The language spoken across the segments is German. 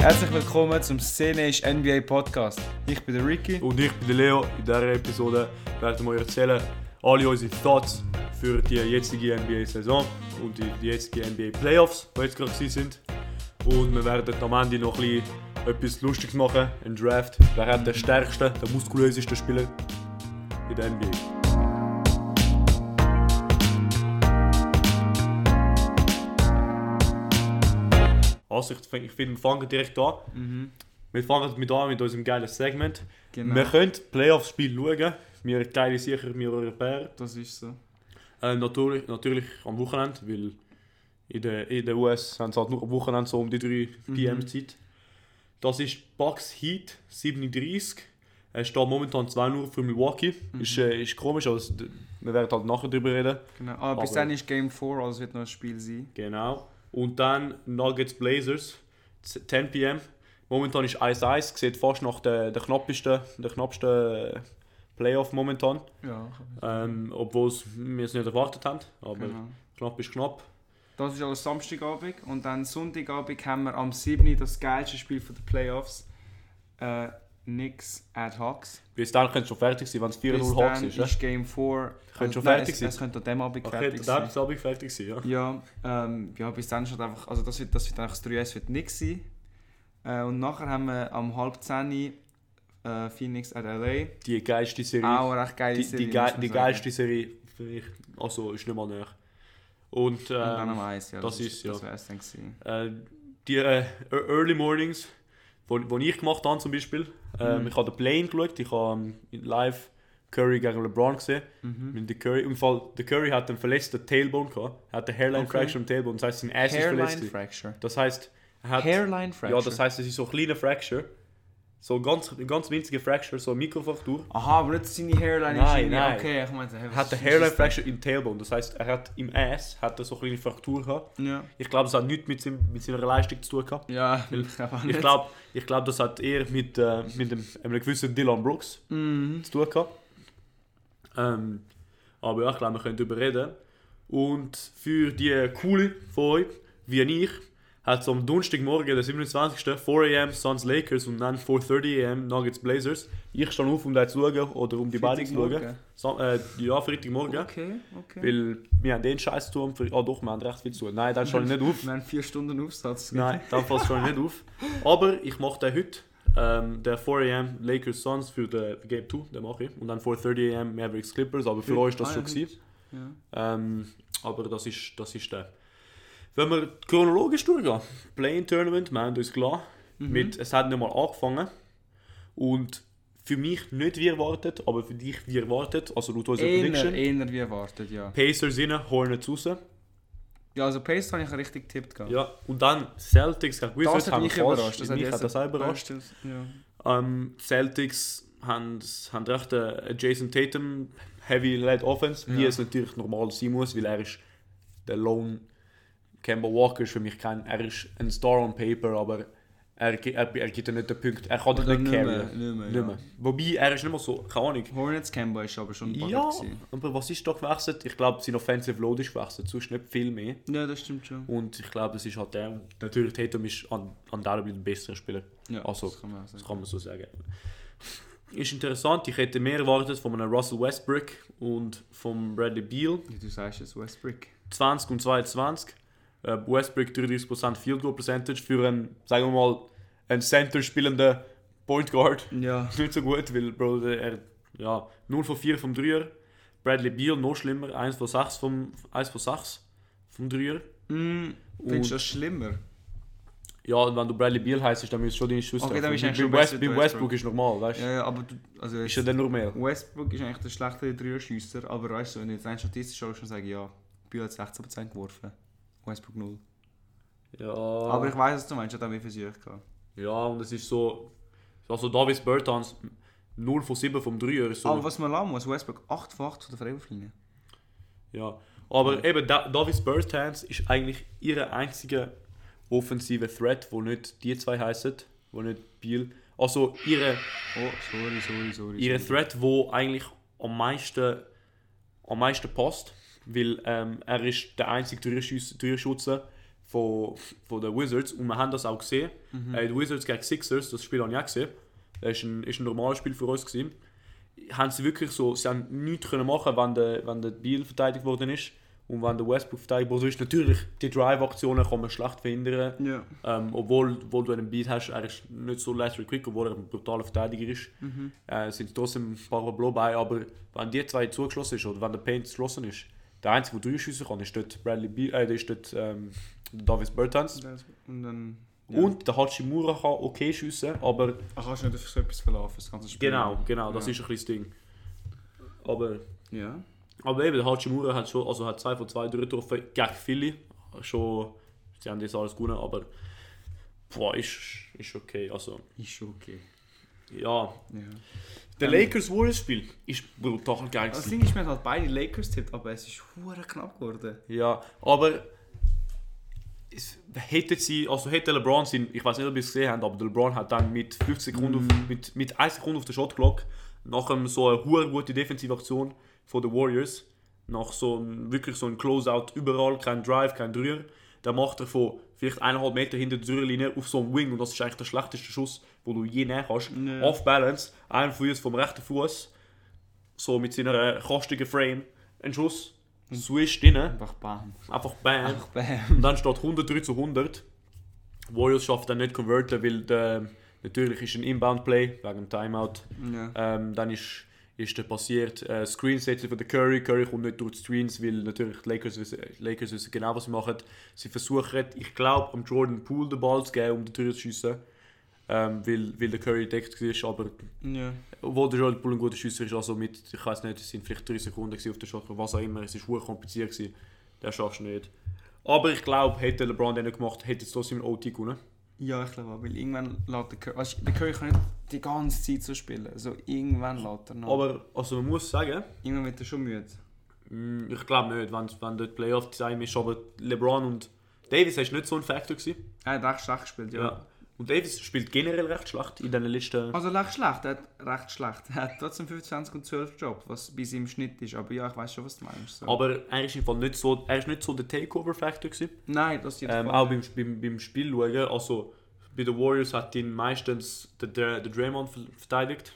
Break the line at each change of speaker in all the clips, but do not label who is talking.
Herzlich willkommen zum Szene ist NBA Podcast. Ich bin der Ricky.
Und ich bin der Leo. In dieser Episode werden wir euch erzählen, alle unsere Thoughts für die jetzige NBA-Saison und die, die jetzigen NBA-Playoffs, die jetzt gerade gewesen sind. Und wir werden am Ende noch ein bisschen etwas Lustiges machen, einen Draft. Wer hat den stärksten, den muskulösesten Spieler in der NBA? Also, ich, find- ich finde, wir fangen direkt an. Wir fangen mit an mit unserem geilen Segment.
Genau.
Wir können die Playoffs-Spiele schauen. Wir teilen sicher, wir Europäer.
Das ist so.
Äh, natürlich, natürlich am Wochenende, weil in der, in der US haben sie halt nur am Wochenende so um die 3 PM Zeit. Das ist Bucks Heat 37. Es steht momentan 2 Uhr für Milwaukee. Ist, äh, ist komisch, aber es- wir werden halt nachher drüber reden.
Genau. Ah, bis
Aber-
dann ist Game 4, also es wird noch ein Spiel sein.
Genau. Und dann Nuggets Blazers, 10 pm. Momentan ist 1-1, sieht fast nach der, der knappsten, der knappsten Playoff momentan.
Ja,
Ähm, Obwohl wir es nicht erwartet haben, aber
genau.
knapp ist knapp.
Das ist alles Samstagabend und dann Sonntagabend haben wir am 7. das geilste Spiel der Playoffs. Äh, Nix at Hawks.
Bis dann könnte es schon fertig sein, wenn es 4-0
Bis
Hawks
dann
ist. ne?
ist Game 4.
Könnte schon
Nein,
fertig
es,
sein.
Es könnte an dem Abend
Ach,
fertig
Hätte
sein.
der Abend fertig sein, ja.
Ja, ähm, ja, bis dann steht einfach, also das wird, das wird einfach das 3S wird nichts sein. Äh, und nachher haben wir am halb 10 äh, Phoenix at LA.
Die geilste Serie.
Auch eine recht geile
die,
Serie.
die,
muss man
geil, die
sagen.
geilste Serie, finde ich. Also ist nicht mal näher. Und,
Und dann am
ähm,
Eis, ja.
das ist, ja.
Das wär's dann gewesen.
äh, die äh, Early Mornings, wo, wo ich gemacht habe zum Beispiel. Ähm,
Mhm.
Ich habe den Plane geschaut, ich habe ähm, live Curry gegen LeBron gesehen.
Mhm.
Mit der Curry, im Fall, der Curry hat einen verletzten Tailbone gehabt. Er hat eine Hairline
Okay.
Fracture im Tailbone, das heißt sein Ass ist
Hairline
verletzt.
Fracture.
Das heißt, er hat...
Hairline Fracture.
Ja, das heißt, es ist so eine kleine Fracture. So ganz, ganz winzige Fracture, so eine Mikrofraktur.
Aha, aber nicht seine Hairline
Nein,
ist seine-
nein.
Okay, ich meinte, hey,
Er
was
hat eine
ist
Hairline
das denn?
Fracture im Tailbone. Das heißt, er hat im Ass hat er so eine kleine Fraktur gehabt.
Ja.
Ich glaube, es hat nichts mit, seinem- mit seiner Leistung zu tun gehabt.
Ja, ich glaube auch
Ich
nicht.
glaube, ich glaub, das hat eher mit, äh, mit dem, einem gewissen Dylan Brooks
Mhm.
zu tun gehabt. Ähm, aber ja, ich glaube, wir können darüber reden. Und für die Coole von euch, wie ich, hat es am Donnerstagmorgen, der 27. 4 am Suns Lakers und dann 4.30 am Nuggets Blazers. Ich stand auf, um da zu schauen oder um die beiden zu schauen.
Freitagmorgen?
Sam äh, ja, Freitagmorgen.
Okay, okay.
Weil wir haben den Scheiß zu tun. für- Ah doch, wir haben recht viel zu tun. Nein, dann stand ich nicht auf.
Wir haben vier Stunden Aufsatz.
Nein, dann fällt schon nicht auf. Aber ich mache den heute. Ähm, der 4am Lakers Suns für den Game 2, den mache ich. Und dann 4.30am Mavericks Clippers, aber für
Heute-
euch ist das
ah,
schon
ja,
gewesen.
Ja.
Ähm, aber das ist, das ist der. Wenn wir chronologisch durchgehen, Play-In Tournament, wir haben uns klar,
Mhm.
mit, es hat nicht mal angefangen. Und für mich nicht wie erwartet, aber für dich wie erwartet, also laut unserer
Eher,
Prediction.
eher wie erwartet, ja.
Pacers rein, Hornets raus.
Ja, also Pacers habe ich richtig getippt. gehabt.
Ja, und dann Celtics gegen Wizards
Das hat
haben
mich
falsch-
halt überrascht. Das hat
mich
jetzt
hat das auch überrascht.
Ja.
Ähm, die Celtics haben, haben recht äh, Jason Tatum, Heavy Lead Offense, wie
Ja.
es natürlich normal sein muss, weil er ist der Lone. Kemba Walker ist für mich kein. Er ist ein Star on Paper, aber er, gi- er, er gibt dir nicht den Punkt. Er kann dich
Oder
nicht
nicht mehr,
carryen.
nicht mehr,
Nicht
ja.
mehr. Wobei er ist nicht mehr so, keine Ahnung.
Hornets Kemba ist aber schon ein
Ja,
paar gewesen.
aber was ist da gewechselt? Ich glaube, sein Offensive Load ist gewechselt, sonst nicht viel mehr.
Ja, das stimmt schon.
Und ich glaube, es ist halt der. Natürlich, Tatum ist an, an der ein besserer Spieler.
Ja,
also,
das kann man auch sagen.
das kann man so sagen. Ist interessant, ich hätte mehr erwartet von einem Russell Westbrook und von Bradley Beal.
Ja, du sagst es, Westbrook.
20 und 22. Äh, Westbrook 33% Field Goal Percentage für einen, sagen wir mal, einen Center spielenden Point Guard.
Ja.
Nicht so gut, weil Bro, der- er ja, 0 von 4 vom Dreier. Bradley Beal noch schlimmer, 1 von 6 vom, 1 von 6 vom Dreier.
Mm, findest du das schlimmer?
Ja, und wenn du Bradley Beal heißt, dann müsst du schon deine Schuss
Okay, dann
treffen.
bist du eigentlich
Bei
schon
West-
besser
bei
als
Westbrook ist normal, weißt du?
Ja, ja, aber du, also
Ist ja dann nur mehr.
Westbrook ist eigentlich der schlechtere Dreierschüsser, aber weißt du, wenn du jetzt rein statistisch schaust, dann sage ich ja, Bill hat 16% geworfen. Westbrook 0.
Ja.
Aber ich weiß, was du meinst, hat auch mehr Versuche gehabt.
Ja, und es ist so. Also Davis Bertans 0 von 7 vom 3er. So.
Aber was man lernen muss, Westbrook 8 von 8 von der Freiwurflinie.
ja. Aber eben, da Davis Bertans ist eigentlich ihre einzige offensive Threat, wo nicht die zwei heißen, wo nicht Biel. Also ihre,
Oh, sorry, sorry, sorry.
ihre
sorry.
Threat, wo eigentlich am meisten, am meisten passt, weil ähm, er ist der einzige Türschütze von, von den Wizards und wir haben das auch gesehen. Äh, die Wizards gegen Sixers, das Spiel habe ich auch gesehen. Das war ein, ist ein normales Spiel für uns. Gewesen. Haben sie wirklich so, sie haben nichts können machen, wenn der, wenn der Deal verteidigt worden ist und wenn der Westbrook verteidigt worden ist. Natürlich, die Drive-Aktionen kann man schlecht verhindern.
Ja.
Ähm, obwohl, obwohl du einen Beat hast, er ist nicht so lateral quick, obwohl er ein brutaler Verteidiger ist. Äh, sind trotzdem ein paar Blow bei, aber wenn die zwei zugeschlossen ist oder wenn der Paint geschlossen ist, der einzige, der drei schiessen kann, ist dort Bradley Be äh, ist dort, ähm, Davis Bertans.
Das- Und dann.
Und der Hachimura kann okay schiessen, aber
Ach, kannst du nicht auf so etwas verlaufen, das ganze Spiel.
genau, genau, das
ja.
ist ein kleines Ding. Aber,
Ja.
aber eben, der Hachimura hat schon, also hat zwei von zwei durchgetroffen gegen viele. Schon, sie haben das alles gewonnen, aber boah, ist, ist okay. Also,
Ist okay.
ja,
Ja.
Der
Ähm,
Lakers Warriors Spiel ist brutal geil.
Also, Das
gewesen.
Ding ist, man hat beide Lakers tippt, aber es ist hure knapp geworden.
Ja, aber es, hätten sie, also hätte LeBron sein, ich weiß nicht, ob ihr es gesehen habt, aber der LeBron hat dann mit 5 Sekunden, auf, mit, mit 1 Sekunde auf der Shot Clock nach einem, so eine hure gute defensive Aktion von den Warriors, nach so einem, wirklich so ein Closeout überall, kein Drive, kein Dreier, dann macht er von vielleicht 1,5 Meter hinter der Dreierlinie auf so einen Wing und das ist eigentlich der schlechteste Schuss, wo du je nehmen kannst.
Ja.
Off Balance, ein Fuß vom rechten Fuß, so mit seiner äh, kostigen Frame, ein Schuss, swischt rein.
Einfach bam.
Einfach bam.
Einfach bam.
Und dann steht 103 zu 100. Warriors schafft dann nicht converten, weil der, natürlich ist ein Inbound-Play wegen dem Timeout.
Ja.
Ähm, dann ist, ist der passiert. Äh, Screen setzen von der Curry. Curry kommt nicht durch die Screens, weil natürlich die Lakers wissen, die Lakers wissen genau, was sie machen. Sie versuchen, ich glaube, am Jordan Poole den Ball zu geben, um die Tür zu schiessen. Ähm, weil, weil der Curry deckt war, aber
Ja.
obwohl der Jordan Poole ein guter Schüsse ist, also mit, ich weiß nicht, es sind vielleicht 3 Sekunden gewesen auf der Shot, was auch immer, es war verdammt kompliziert, gewesen. der schaffst du nicht. Aber ich glaube, hätte LeBron den nicht gemacht, hätte es trotzdem in OT gewonnen.
Ja, ich glaube auch, weil irgendwann lässt der Curry, weißt, du, der Curry kann nicht die ganze Zeit so spielen. Also irgendwann lässt er noch.
Aber also man muss sagen,
irgendwann wird er schon müde.
mm, ich glaube nicht, wenn, wenn dort Playoff Time ist, aber LeBron und Davis ist nicht so ein Faktor gewesen.
Er hat echt schlecht gespielt, ja.
Und Davis spielt generell recht schlecht in den letzten...
Also recht schlecht, er hat recht schlecht. Er hat trotzdem 25 und 12 Job, was bei seinem Schnitt ist. Aber ja, ich weiß schon, was du meinst. So.
Aber er ist, im Fall nicht so, er ist nicht so der Takeover-Faktor gewesen.
Nein, das ist jetzt
Ähm, auch beim, beim, beim Spiel schauen, also bei den Warriors hat ihn meistens der, der, der Draymond ver- verteidigt.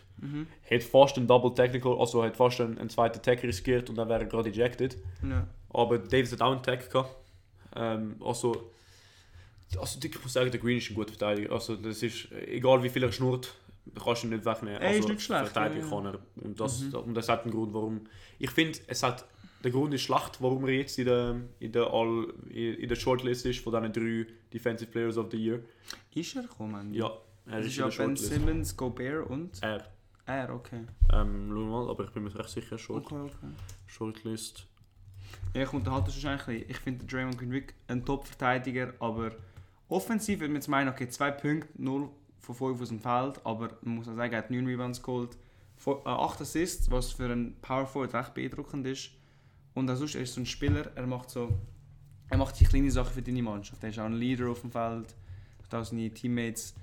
Hat fast einen Double Technical, also hat fast einen, einen zweiten Tag riskiert und dann wäre er gerade ejected.
Ja.
Aber Davis hat auch einen Tag gehabt. Ähm, also, also ich muss sagen, der Green ist ein guter Verteidiger. Also das ist, egal wie viel er schnurrt, du kannst ihn nicht wegnehmen.
Er ist
also,
nicht schlecht,
Verteidigen
ja, Mhm. ja.
kann er. Und das, und das hat einen Grund, warum... Ich finde, es hat... Der Grund ist schlecht, warum er jetzt in der, in der, All, in in der Shortlist ist von diesen drei Defensive Players of the Year.
Ist er gekommen?
Ja, er
Das ist
ist, in
ja
der
Ben
Also Shortlist.
Simmons, Gobert und
Er.
er, okay.
Ähm, schau mal, aber ich bin mir recht sicher, Short,
Okay, okay.
Shortlist.
Ja, ich unterhalte das wahrscheinlich. Ich finde Draymond Green wirklich ein Top-Verteidiger, aber offensiv würde man jetzt meinen, okay, 2 Punkte, 0 von 5 aus dem Feld, aber man muss auch sagen, er hat 9 Rebounds geholt, 8 Assists, was für einen Power Forward recht beeindruckend ist. Und auch sonst, er ist so ein Spieler, er macht so, er macht die kleinen Sachen für deine Mannschaft. Er ist auch ein Leader auf dem Feld, da seine Teammates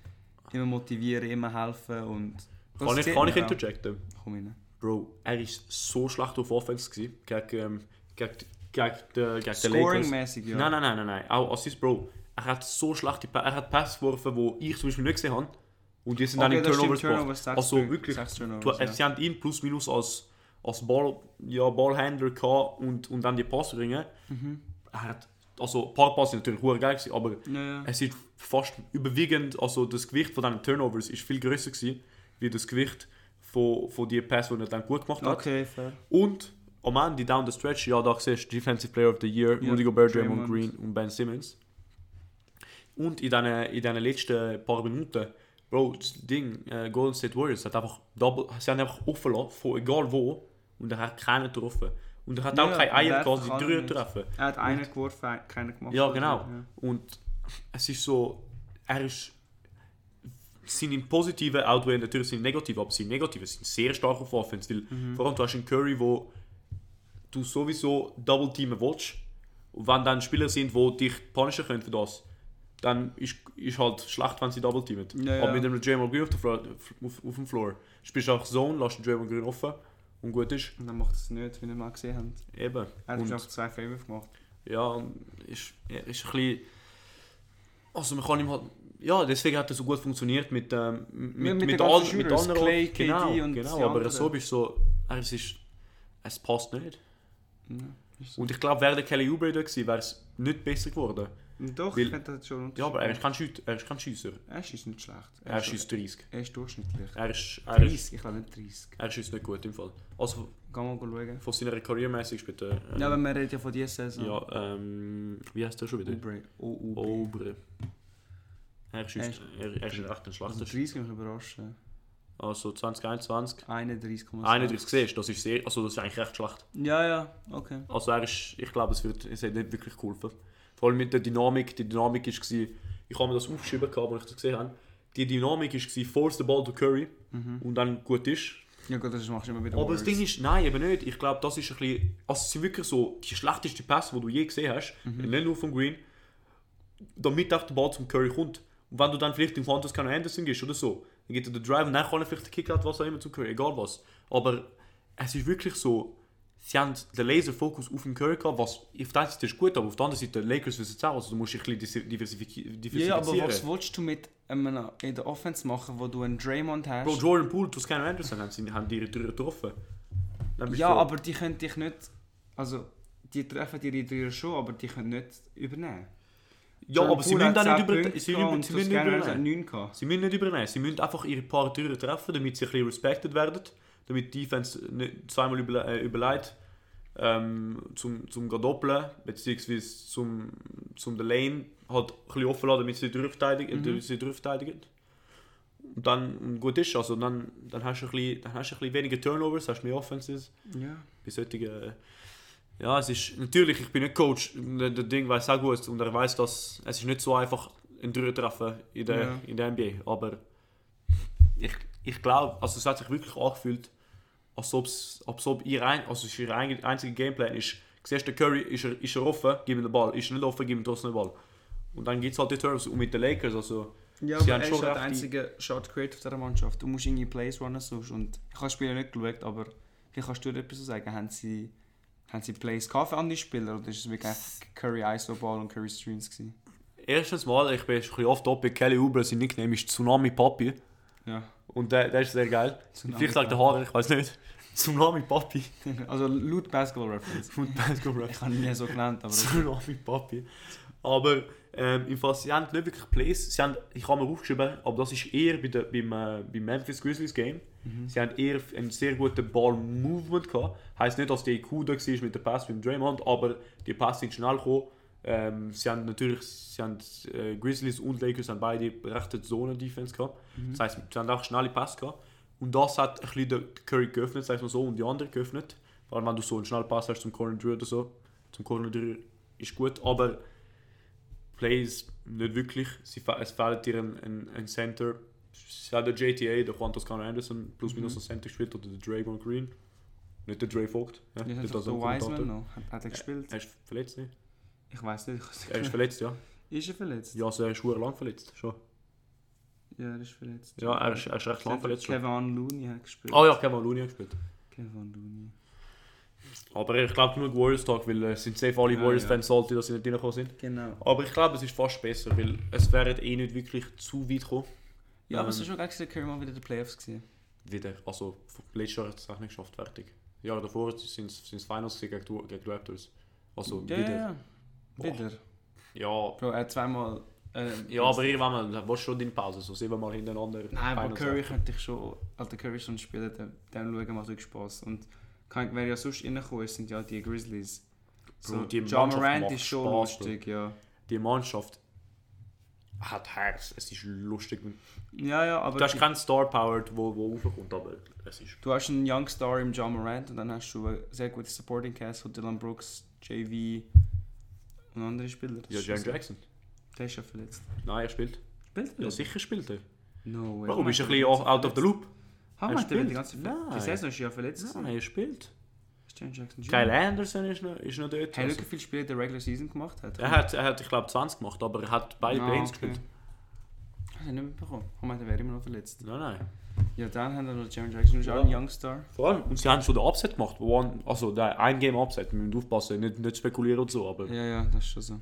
immer motivieren, immer helfen und... das
Kann ich,
sieht
kann
man
ich
auch.
interjecten?
Komm rein.
Bro, er ist so schlecht auf Offense gewesen, gegen, ähm, gegen, gegen, de- gegen den Lakers.
Scoring-mäßig, ja.
Nein, nein, nein, nein, nein. Auch Assist, Bro. Er hat so schlechte pa er hat Pässe geworfen, wo ich zum Beispiel nicht gesehen habe. Und die sind dann
Okay,
in
das stimmt,
Turnovers gebracht.
Turnovers, sechs
Also
Punkte,
wirklich,
sechs Turnovers,
du, äh,
ja.
sie haben ihn plus minus als, als Ball, ja, Ballhändler gehabt und, und dann die Pass bringen.
Mhm.
Er hat, also ein paar Pass sind natürlich verdammt geil gewesen, aber
Ja, ja.
es ist fast überwiegend, also das Gewicht von diesen Turnovers ist viel größer gewesen, wie das Gewicht von, von die Pässe, die er dann gut gemacht hat.
Okay, fair.
Und am Ende, down the stretch, ja, da siehst du Defensive Player of the Year,
Ja,
Rudy Gobert, Draymond
Draymond.
Green und Ben Simmons. Und in diesen in den letzten paar Minuten, Bro, das Ding, äh, Golden State Warriors hat einfach double, sie haben einfach offen lassen, von egal wo, und er hat keinen getroffen. Und er hat
Ja,
auch keine Eier
wer
gehabt, die
kann
Dreier
nicht?
zu treffen.
Er hat einen geworfen, ein- keinen gemacht.
Ja,
oder?
genau.
Ja.
Und es ist so, er ist. Seine positiven outweighen natürlich seine negativen, aber seine negativen sind sehr stark auf Offense. Weil
Mhm.
vor allem du hast einen Curry, wo du sowieso Double Teamen willst. Und wenn dann Spieler sind, die dich punishen können für das, dann ist, ist halt schlecht, wenn sie Double Teamen.
Ja, ja.
Aber mit dem Draymond Green auf, der Floor, auf, auf dem Floor spielst du auch Zone, lässt den Draymond Green offen und gut ist.
Und dann macht er es nicht, wie wir mal gesehen haben.
Eben.
Er hat
Und-
schon zwei Favors gemacht.
ja, ist, ja, ist ein bisschen, Also man kann ihm halt... Ja, deswegen hat er so gut funktioniert mit, ähm,
Ja,
mit, mit,
mit den
mit,
ganzen
all, mit
Shooters,
anderen...
Clay, KD
genau,
und die
genau aber
anderen.
so bist du so... Er es ist... Es passt nicht.
Ja, ist so.
Und ich glaube, wäre der Kelly Oubre da gewesen, wäre es nicht besser geworden.
Doch,
Weil-
ich hätte das schon
Ja, aber er ist kein, Schüt, er ist kein Schiesser.
Er schießt nicht schlecht.
Er
ist-
schießt 30.
Er ist durchschnittlich.
Er ist... Er, ist,
30, ich glaube nicht 30.
er schießt nicht gut im Fall. Also
Geh mal schauen.
von seiner karrieremäßig spielt er... ähm,
Ja, aber man redet ja von dieser Saison.
Ja, ähm, wie heißt der schon wieder?
Oubre. Oh, Oubre.
Obre. Er schießt, er, er ist echt ein
Also
schlechter
30 mich überraschen.
Also Ah, 2021.
31,6.
31 siehst, das ist sehr, also das ist eigentlich recht schlecht.
Ja, ja, okay.
Also er ist, ich glaube, es, wird, es hat nicht wirklich geholfen. Vor allem mit der Dynamik. Die Dynamik war, ich habe mir das aufgeschrieben, gehabt, als ich das gesehen habe. Die Dynamik war, force the ball to Curry und dann gut ist.
Ja gut, das machst du immer wieder.
Aber das
Warriors.
Ding ist, nein, eben nicht. Ich glaube, das ist ein bisschen. Also, es sind wirklich so die schlechtesten Pässe, die du je gesehen hast.
Mhm.
Nicht nur vom Green. Damit auch der Ball zum Curry kommt. Und wenn du dann vielleicht im Fantas keine Anderson gehst oder so, dann geht er den Drive und dann kann er vielleicht den Kickout, was auch immer zum Curry, egal was. Aber es ist wirklich so, sie haben den Laserfokus auf den Curry gehabt, was auf der einen Seite ist gut, aber auf der anderen Seite, die Lakers wissen es auch, also du musst dich ein bisschen diversifizieren.
Ja, ja, aber was willst du mit einem in der Offense machen, wo du einen Draymond hast?
Bro, Jordan Poole, Toscano Anderson haben, sie- haben ihre Türen getroffen. Dann bist
ja,
du so-
aber die können dich nicht. Also, die treffen ihre Dreier schon, aber die können nicht übernehmen.
Ja, aber sie müssen, dann nicht über,
über.
sie, müssen, sie, müssen nicht übernehmen.
9 gehabt.
sie müssen nicht übernehmen. Sie müssen einfach ihre paar Türen treffen, damit sie ein bisschen respected werden. Damit die Defense nicht zweimal überle äh, überlegt, ähm, zum, zum gehen doppeln, beziehungsweise zum, zum der Lane halt ein bisschen offen lassen, damit sie durchverteidigen. Mhm. Sie durchverteidigen. Und dann und gut ist, also dann, dann hast du ein bisschen, dann hast du ein bisschen weniger Turnovers, hast mehr Offenses
Ja.
bei solchen, äh, ja, es ist natürlich, ich bin nicht Coach, der, der Ding weiß auch gut und er weiß, dass es ist nicht so einfach ein Dreier treffen in der,
Ja.
in der NBA, aber ich, ich glaube, also es hat sich wirklich angefühlt, als ob es, als ob ihr, ein, also es ist ihr eigen- einziger Gameplan ist, siehst du, Curry ist er, ist er offen, gib ihm den Ball, ist er nicht offen, gib ihm trotzdem den Ball. Und dann gibt es halt die Turns und mit den Lakers, also
Ja,
Sie
aber
haben
er
schon
ist halt der
recht
einzige Shot Creator dieser Mannschaft. Du musst irgendwie Plays runnen sonst. Und ich habe das Spiel ja nicht geschaut, aber vielleicht kannst du dir etwas so sagen. Haben sie, haben sie Plays gehabt für andere Spieler oder ist es wirklich einfach Curry ISO Ball und Curry Streams gewesen?
erstens mal, ich bin ein bisschen oft oben, Kelly Oubre, sein Nickname ist Tsunami Papi
Ja.
und der, der ist sehr geil.
Tsunami
Vielleicht sagt der Haare, ich weiß nicht. Tsunami Papi.
Also laut Basketball Reference.
Mit Basketball Rap.
Ich habe ihn nie so genannt, aber
Tsunami Papi. Aber ähm, im Fall, sie haben nicht wirklich Plays. Sie haben, ich habe mir aufgeschrieben, aber das ist eher bei der, beim, äh, beim Memphis Grizzlies Game.
Mhm.
Sie haben eher einen sehr guten Ball-Movement gehabt. Heißt nicht, dass der IQ da war mit der Pass mit Draymond, aber die Pässe sind schnell gekommen. Ähm, sie haben natürlich, sie haben, äh, Grizzlies und Lakers haben beide rechte Zonen-Defense gehabt.
Mhm.
Das heißt, sie haben auch schnelle Pässe gehabt. Und das hat ein bisschen den Curry geöffnet, sag ich mal so, und die anderen geöffnet. Vor allem, wenn du so einen schnellen Pass hast zum Corner Drew oder so. Zum Corner Drew ist gut, aber Plays nicht wirklich. Sie, fe- es fehlt dir ein, ein, ein Center. Sie hat der JTA, der Juan Toscano Anderson, plus minus
Mhm.
ein Center gespielt oder der Draymond Green. Nicht der Dre Vogt. Ja,
Ja, das
nicht
hat
der
doch der Wiseman
Kommentator.
noch. Hat, hat er gespielt?
Er ist verletzt, ne?
Ich weiß nicht. Ich
Er ist
ist,
verletzt, ja.
ist er verletzt?
Ja, also er ist verdammt lang verletzt. Schon.
Ja, er ist verletzt.
Ja, er ist, er ist recht lang verletzt schon.
Kevin Looney hat gespielt.
Ah ja, Kevin Looney hat gespielt.
Kevin Looney.
Aber ich glaube genug Warriors Talk, weil äh, es sind safe alle
Ja,
Warriors-Fans salty, dass sie nicht reingekommen sind.
Genau.
Aber ich glaube, es ist fast besser, weil es wären eh nicht wirklich zu weit gekommen.
Ja, aber es
Ähm.
ist schon geil, gewesen, Curry mal wieder in den Playoffs gesehen.
Wieder. Also, f- letztes Jahr hat es auch nicht geschafft, fertig. Ja, davor sind es sind es Finals gegen die, gegen die Raptors. Also,
Ja,
wieder.
ja, ja. Wieder.
Ja,
Bro, er hat zweimal. ähm,
ja aber irgendwann mal- willst du schon in die Pause, so siebenmal hintereinander.
Nein, aber
Finals.
Curry könnte ich schon. Alter, Curry ist so ein Spieler, der- dem schauen macht wirklich Spaß. Und kann, wer ja sonst reingekommen ist, sind ja die Grizzlies. So,
Bro, die
Ja
Mannschaft
Morant
macht
ist schon
Spaß,
lustig, ja.
Die Mannschaft hat Herz, es ist lustig.
Ja, ja, aber.
Du hast
die-
keinen Star Power, wo, wo raufkommt, aber es ist.
Du hast einen Young Star im John Morant und dann hast du eine sehr gute Supporting Cast von Dylan Brooks, JV und andere Spieler. Das
Ja,
ist
Jaren
schon so.
Jackson.
Der ist ja verletzt.
Nein, er spielt.
Spielt er?
Ja, sicher spielt er.
No way.
Bro, du bist ein bisschen out out of the loop.
Haben
Er
wir
spielt?
die ganze Zeit? Die
Nein.
Saison ist ja verletzt.
Nein, er spielt.
Ist Jaren Jackson Jr.
Kyle Anderson ist noch, ist noch dort.
Hey,
also.
schau, wie viele Spiele der Regular Season gemacht hat.
Er hat, er hat ich glaube, 20 gemacht, aber er hat beide
Ah,
Plays
okay.
gespielt.
Hat er nicht mitbekommen. Haben wir, der wäre immer noch verletzt.
Nein, nein.
Ja, dann haben wir noch Jaren Jackson, ist auch ein
Ja.
Young Star.
Vor allem, und sie haben schon den Upset gemacht. One, also der ein Game Upset, wir müssen aufpassen, nicht, nicht spekulieren und so, aber
Ja, ja, das ist schon so.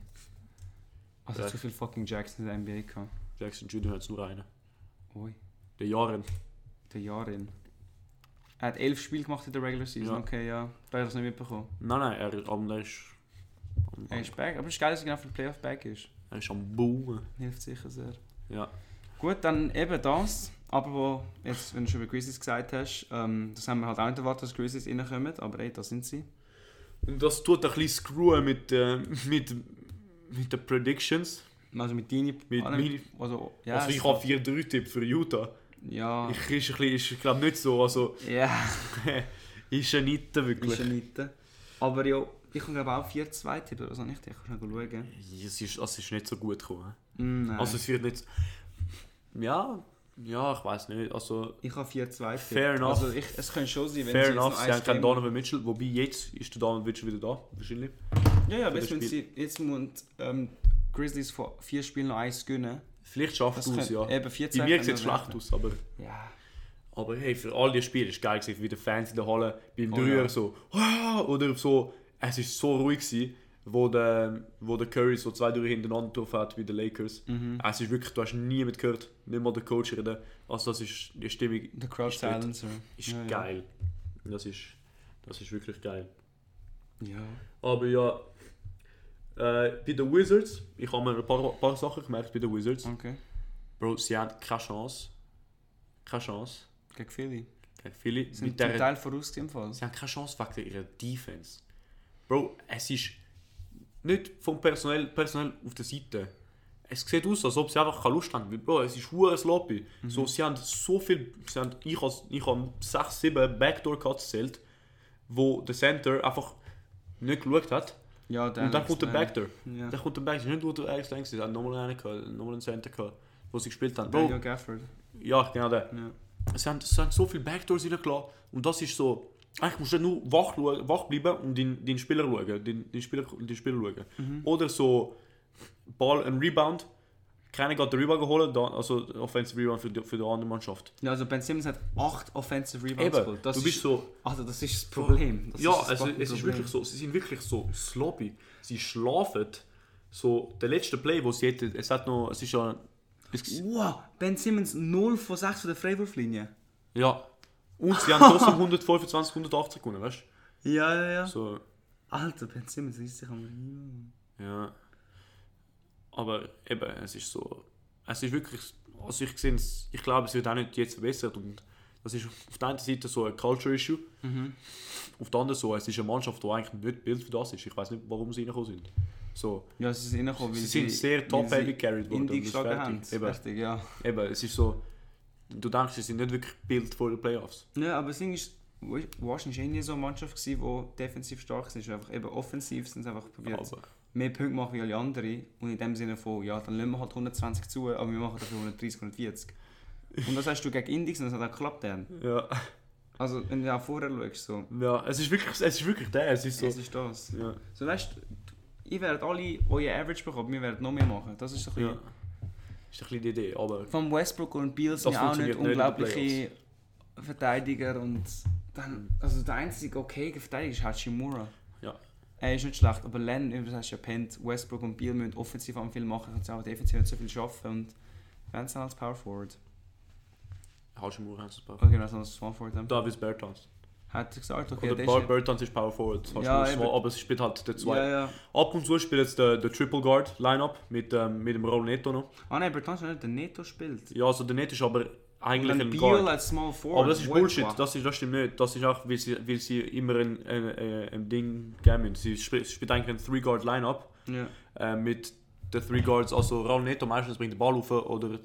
Also zu viel fucking Jackson in der NBA gehabt.
Jackson Jr. hat nur einen.
Ui,
Der Jahren.
der Jahren. Er hat elf Spiele gemacht in der Regular Season,
Ja.
okay, ja. Da hat er es nicht mitbekommen.
Nein, nein, er, aber er ist.
Er ist back, aber es ist geil, dass er genau für den Playoff back ist.
Er ist am Boomen.
Hilft sicher sehr.
Ja.
Gut, dann eben das. Aber wo, jetzt, wenn du schon über Grizzlies gesagt hast, ähm, das haben wir halt auch nicht erwartet, dass Grizzlies reinkommen, aber ey, da sind sie.
Und das tut ein bisschen screwen mit, äh, mit, mit den Predictions.
Also mit deinen...
Mit
alle-
meinen-
also, ja,
also ich
es-
habe 4-3-Tipp für Utah.
Ja,
Ich ist, ein bisschen, ist glaube nicht so. Also
ja,
ist ja nicht
ist ja
wirklich.
nicht. Aber ja, ich habe glaube auch 4-2 Tipps oder so nicht, ich kann schnell schauen.
Es ist, es ist nicht so gut gekommen.
Mm, nein.
Also es wird nicht. Ja, ja, ich weiß nicht. Also
ich habe 4-2 Tipps.
Fair enough.
Also ich, es könnte schon sein, wenn
fair
sie jetzt
enough,
noch
sie
eins
haben keinen
Game-
Donovan Mitchell, wobei jetzt ist der Donovan Mitchell wieder da, wahrscheinlich.
Ja, ja, aber
für
jetzt
das
müssen sie jetzt müssen, ähm, die Grizzlies von vier Spielen noch eins gewinnen.
Vielleicht schafft
Das
es aus,
könnte-
ja.
eben 14
Bei mir sieht
können
es
wir
schlecht aus, aber,
Ja.
aber hey, für all die Spiele ist geil gewesen, wie der Fans in der Halle beim
Oh,
Dreier
ja.
so «Wow!» oder so. Es ist so ruhig gewesen, wo der, wo der Curry so zwei Dreier hintereinander drauf hat bei den Lakers.
Mhm.
Es ist wirklich, du hast niemand gehört, nicht mal den Coach reden. Also das ist, die Stimmung
Der Crowd
Ist gut.
Silencer.
ist
ja,
geil. Das ist, das ist wirklich geil.
Ja.
Aber ja, äh, bei den Wizards, ich habe mir ein paar, paar Sachen gemerkt bei den Wizards.
ja, okay.
Bro, sie haben keine Chance. Keine Chance.
Gegen Philly.
Gegen viele.
Sind
Mit
zum
der,
Teil voraus im Fall.
sie haben keine Chance wegen ihrer Defense. Bro, es ist nicht vom Personell, Personell auf der Seite. Es sieht aus, als ob sie einfach keine Lust haben. Weil, Bro, es ist hure sloppy. So, sie haben so viel. Sie haben, ich habe ich habe sechs, sieben Backdoor-Cuts gezählt, wo der Center einfach nicht geschaut hat.
Ja,
Und dann kommt der Backdoor.
Ja.
Dann kommt der Backdoor. Nicht nur der Alex Banks, sie haben nochmal einen gehabt, nochmal einen Center gehabt, wo sie gespielt haben. Bro,
Daniel Gafford.
ja, genau der.
Ja.
Sie haben, sie haben so viele Backdoors reingelassen und das ist so. Eigentlich musst du nur wach, schauen, wach bleiben und den, den Spieler schauen. Den, den, Spieler, den Spieler schauen.
Mhm.
Oder so Ball, ein Rebound. Keiner geht den Rebound geholt, dann, also Offensive Rebound für die, für die andere Mannschaft.
ja, also Ben Simmons hat 8 Offensive Rebounds
Eben,
geholt. Das
du bist
ist,
so.
Also, das ist das Problem. Das
ja,
ist das
also
fucking
es ist
Problem.
wirklich so, sie sind wirklich so sloppy. Sie schlafen. So, der letzte Play, wo sie hätten, es hat noch, es ist ja. Es,
Wow, Ben Simmons 0 von 6 von der Freiwurflinie.
ja. Und sie haben trotzdem 125, 180 gewonnen, weißt du?
Ja, ja, ja.
So,
Alter, Ben Simmons ist sich am
ja. Aber eben, es ist so. Es ist wirklich. Also ich sehe es, ich glaube, es wird auch nicht jetzt verbessert. Und das ist auf der einen Seite so ein Culture Issue.
Mhm.
Auf der anderen so, es ist eine Mannschaft, die eigentlich nicht built für das ist. Ich weiß nicht, warum sie reingekommen sind. So.
Ja, sie sind reingekommen, weil
Sie sind sehr top-heavy carried worden.
in die
das ist
geschlagen haben.
fertig. Eben,
Richtig, ja.
eben, es ist so, du denkst, sie sind nicht wirklich gebildet vor den Playoffs.
Ja, aber das Ding ist, Wa- Washington war eh nie so eine Mannschaft, gewesen, die defensiv stark ist. Einfach eben offensiv sind sie einfach probiert,
Aber
mehr Punkte machen wie alle anderen. Und in dem Sinne von, ja, dann lassen wir halt 120 zu, aber wir machen dafür 130, 140. Und das hast du gegen Index und das hat auch geklappt dann.
ja,
Also, wenn du auch vorher schaust, so,
ja, es ist wirklich, es ist wirklich der, es ist so.
es ist das.
ja.
So, weißt du, ihr werdet alle euer Average bekommen, wir werden noch mehr machen. Das ist so ein bisschen.
ja. Ist ein bisschen die Idee, aber
Von Westbrook und Beal sind
Das
ja auch nicht
funktioniert nicht in den
unglaubliche Verteidiger und dann, also der einzige okay Verteidiger ist Hachimura.
ja,
Er ist nicht schlecht, aber Len, das hast du ja pennt, Westbrook und Beal müssen offensiv am viel machen, können sie auch defensiv nicht so viel schaffen und wenn sie dann als Power Forward,
hast du Moore, hast du
okay, also als Small Forward, dann
Davis Bertans.
hat er gesagt, okay,
Oder
der
Bar
ist
Bertans ist Power Forward, hast
Ja,
du
eben.
Small, aber es spielt halt der zwei.
ja, ja.
Ab und zu spielt jetzt der, der Triple Guard Lineup mit, ähm, mit dem Raul Neto noch.
Ah nein, Bertans hat nicht den Neto spielt.
Ja, also der Neto ist aber eigentlich
Dann
ein
Beal
Guard.
als Small Forward.
Aber das ist
what the
Bullshit,
fuck?
das, ist, das stimmt nicht. Das ist auch, weil sie, weil sie immer ein, ein, ein, ein Ding geben. müssen. Sie spielt, sie spielt eigentlich ein Three-Guard-Line-Up
Ja.
äh, mit den Three Guards. Also Raul Neto meistens bringt den Ball rauf oder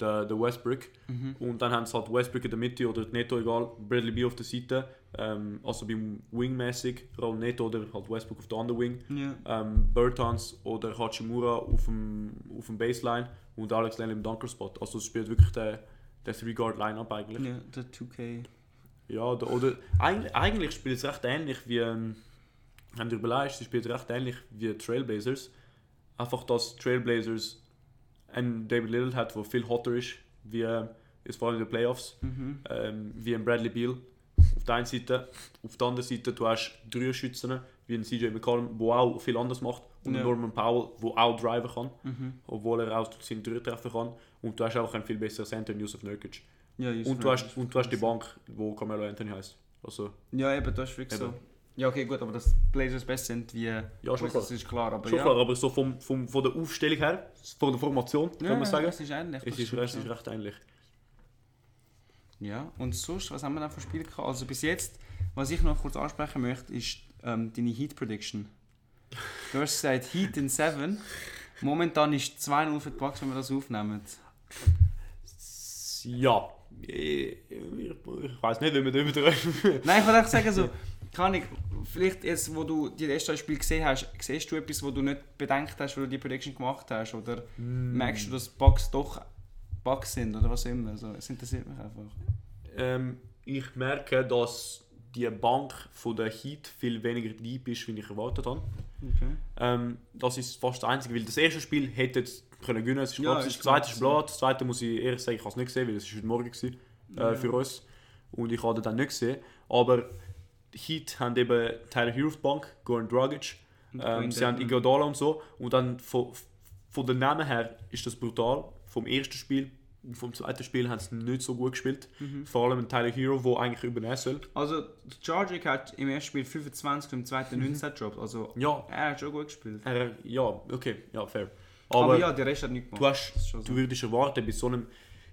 der, der Westbrook.
Mhm.
Und dann haben sie halt Westbrook in der Mitte oder Neto, egal. Bradley Beal auf der Seite. Ähm, also beim Wing-mäßig Raul Neto oder halt Westbrook auf der anderen Wing.
Ja.
Ähm, Bertans oder Hachimura auf dem, auf dem Baseline und Alex Lane im Dunker-Spot. Also es spielt wirklich der, der Three-Guard-Line-Up eigentlich.
ja, der 2K.
Ja, oder, oder eigentlich, eigentlich spielt es recht ähnlich wie, ähm, wenn du überlegst, sie spielt recht ähnlich wie Trailblazers. Einfach, dass Trailblazers einen David Little hat, der viel hotter ist, wie ähm, jetzt vor allem in den Playoffs,
Mhm.
ähm, wie ein Bradley Beal auf der einen Seite. Auf der anderen Seite, du hast drei Schützen, wie ein CJ McCollum, der auch viel anders macht, und
Ja.
ein Norman Powell, der auch driven kann,
Mhm.
obwohl er auch seinen Dreier treffen kann. Und du hast auch einen viel besseren Center, Yusuf Nurkic.
Ja, Yusuf
Und du, hast,
Nurkic.
und du hast die Bank, wo Carmelo Anthony heißt. Also,
Ja, eben, das ist wirklich
Eben.
so. Ja, okay, gut, aber dass die Blazers best sind wie
schon
Wizards
klar.
ist klar. Aber
schon
ja.
klar, aber so vom, vom, von der Aufstellung her, von der Formation,
Ja,
kann man sagen,
Es ist ähnlich.
es
das
ist,
stimmt
es
schon.
ist recht ähnlich.
Ja, und sonst, was haben wir denn für Spiele gehabt? Also bis jetzt, was ich noch kurz ansprechen möchte, ist ähm, deine Heat Prediction. Du hast gesagt Heat in 7. Momentan ist 2-0 für die Bucks, wenn wir das aufnehmen.
Ja, ich, ich, ich weiß nicht, wie wir darüber reden.
Nein, ich wollte einfach sagen, so, kann ich, vielleicht jetzt, wo du die ersten Spiel gesehen hast, siehst du etwas, wo du nicht bedenkt hast, weil du die Prediction gemacht hast? Oder
Mm.
merkst du, dass die Bucks doch Bucks sind oder was immer? So, es interessiert mich einfach.
ähm, ich merke, dass die Bank von der Heat viel weniger deep ist, wie ich erwartet habe.
Okay.
Ähm, das ist fast das Einzige, weil das erste Spiel hätte es können gewinnen. Es ist,
Ja,
knapp, es
ist
ist das zweite
knapp,
ist blöd. Das zweite muss ich ehrlich sagen, ich habe es nicht gesehen, weil es ist heute Morgen gewesen, äh,
Ja.
für uns. Und ich habe das dann nicht gesehen. Aber die Heat haben eben Tyler Hero auf die Bank, Goran Dragic,
Und
ähm,
Quinn
sie haben
Dedmon.
Iguodala und so. Und dann von, von den Namen her ist das brutal. Vom ersten Spiel, vom zweiten Spiel haben sie nicht so gut gespielt.
Mhm.
Vor allem ein Tyler Hero, der eigentlich übernehmen soll.
Also, Chargic hat im ersten Spiel 25 und im zweiten 19 gedroppt. Also,
Mhm. Ja,
er hat schon gut gespielt.
er, ja, okay, ja, fair.
Aber,
Aber-
ja, der Rest hat nichts
Du,
gemacht.
hast,
Das ist schon so.
du würdest erwarten, bei so einem.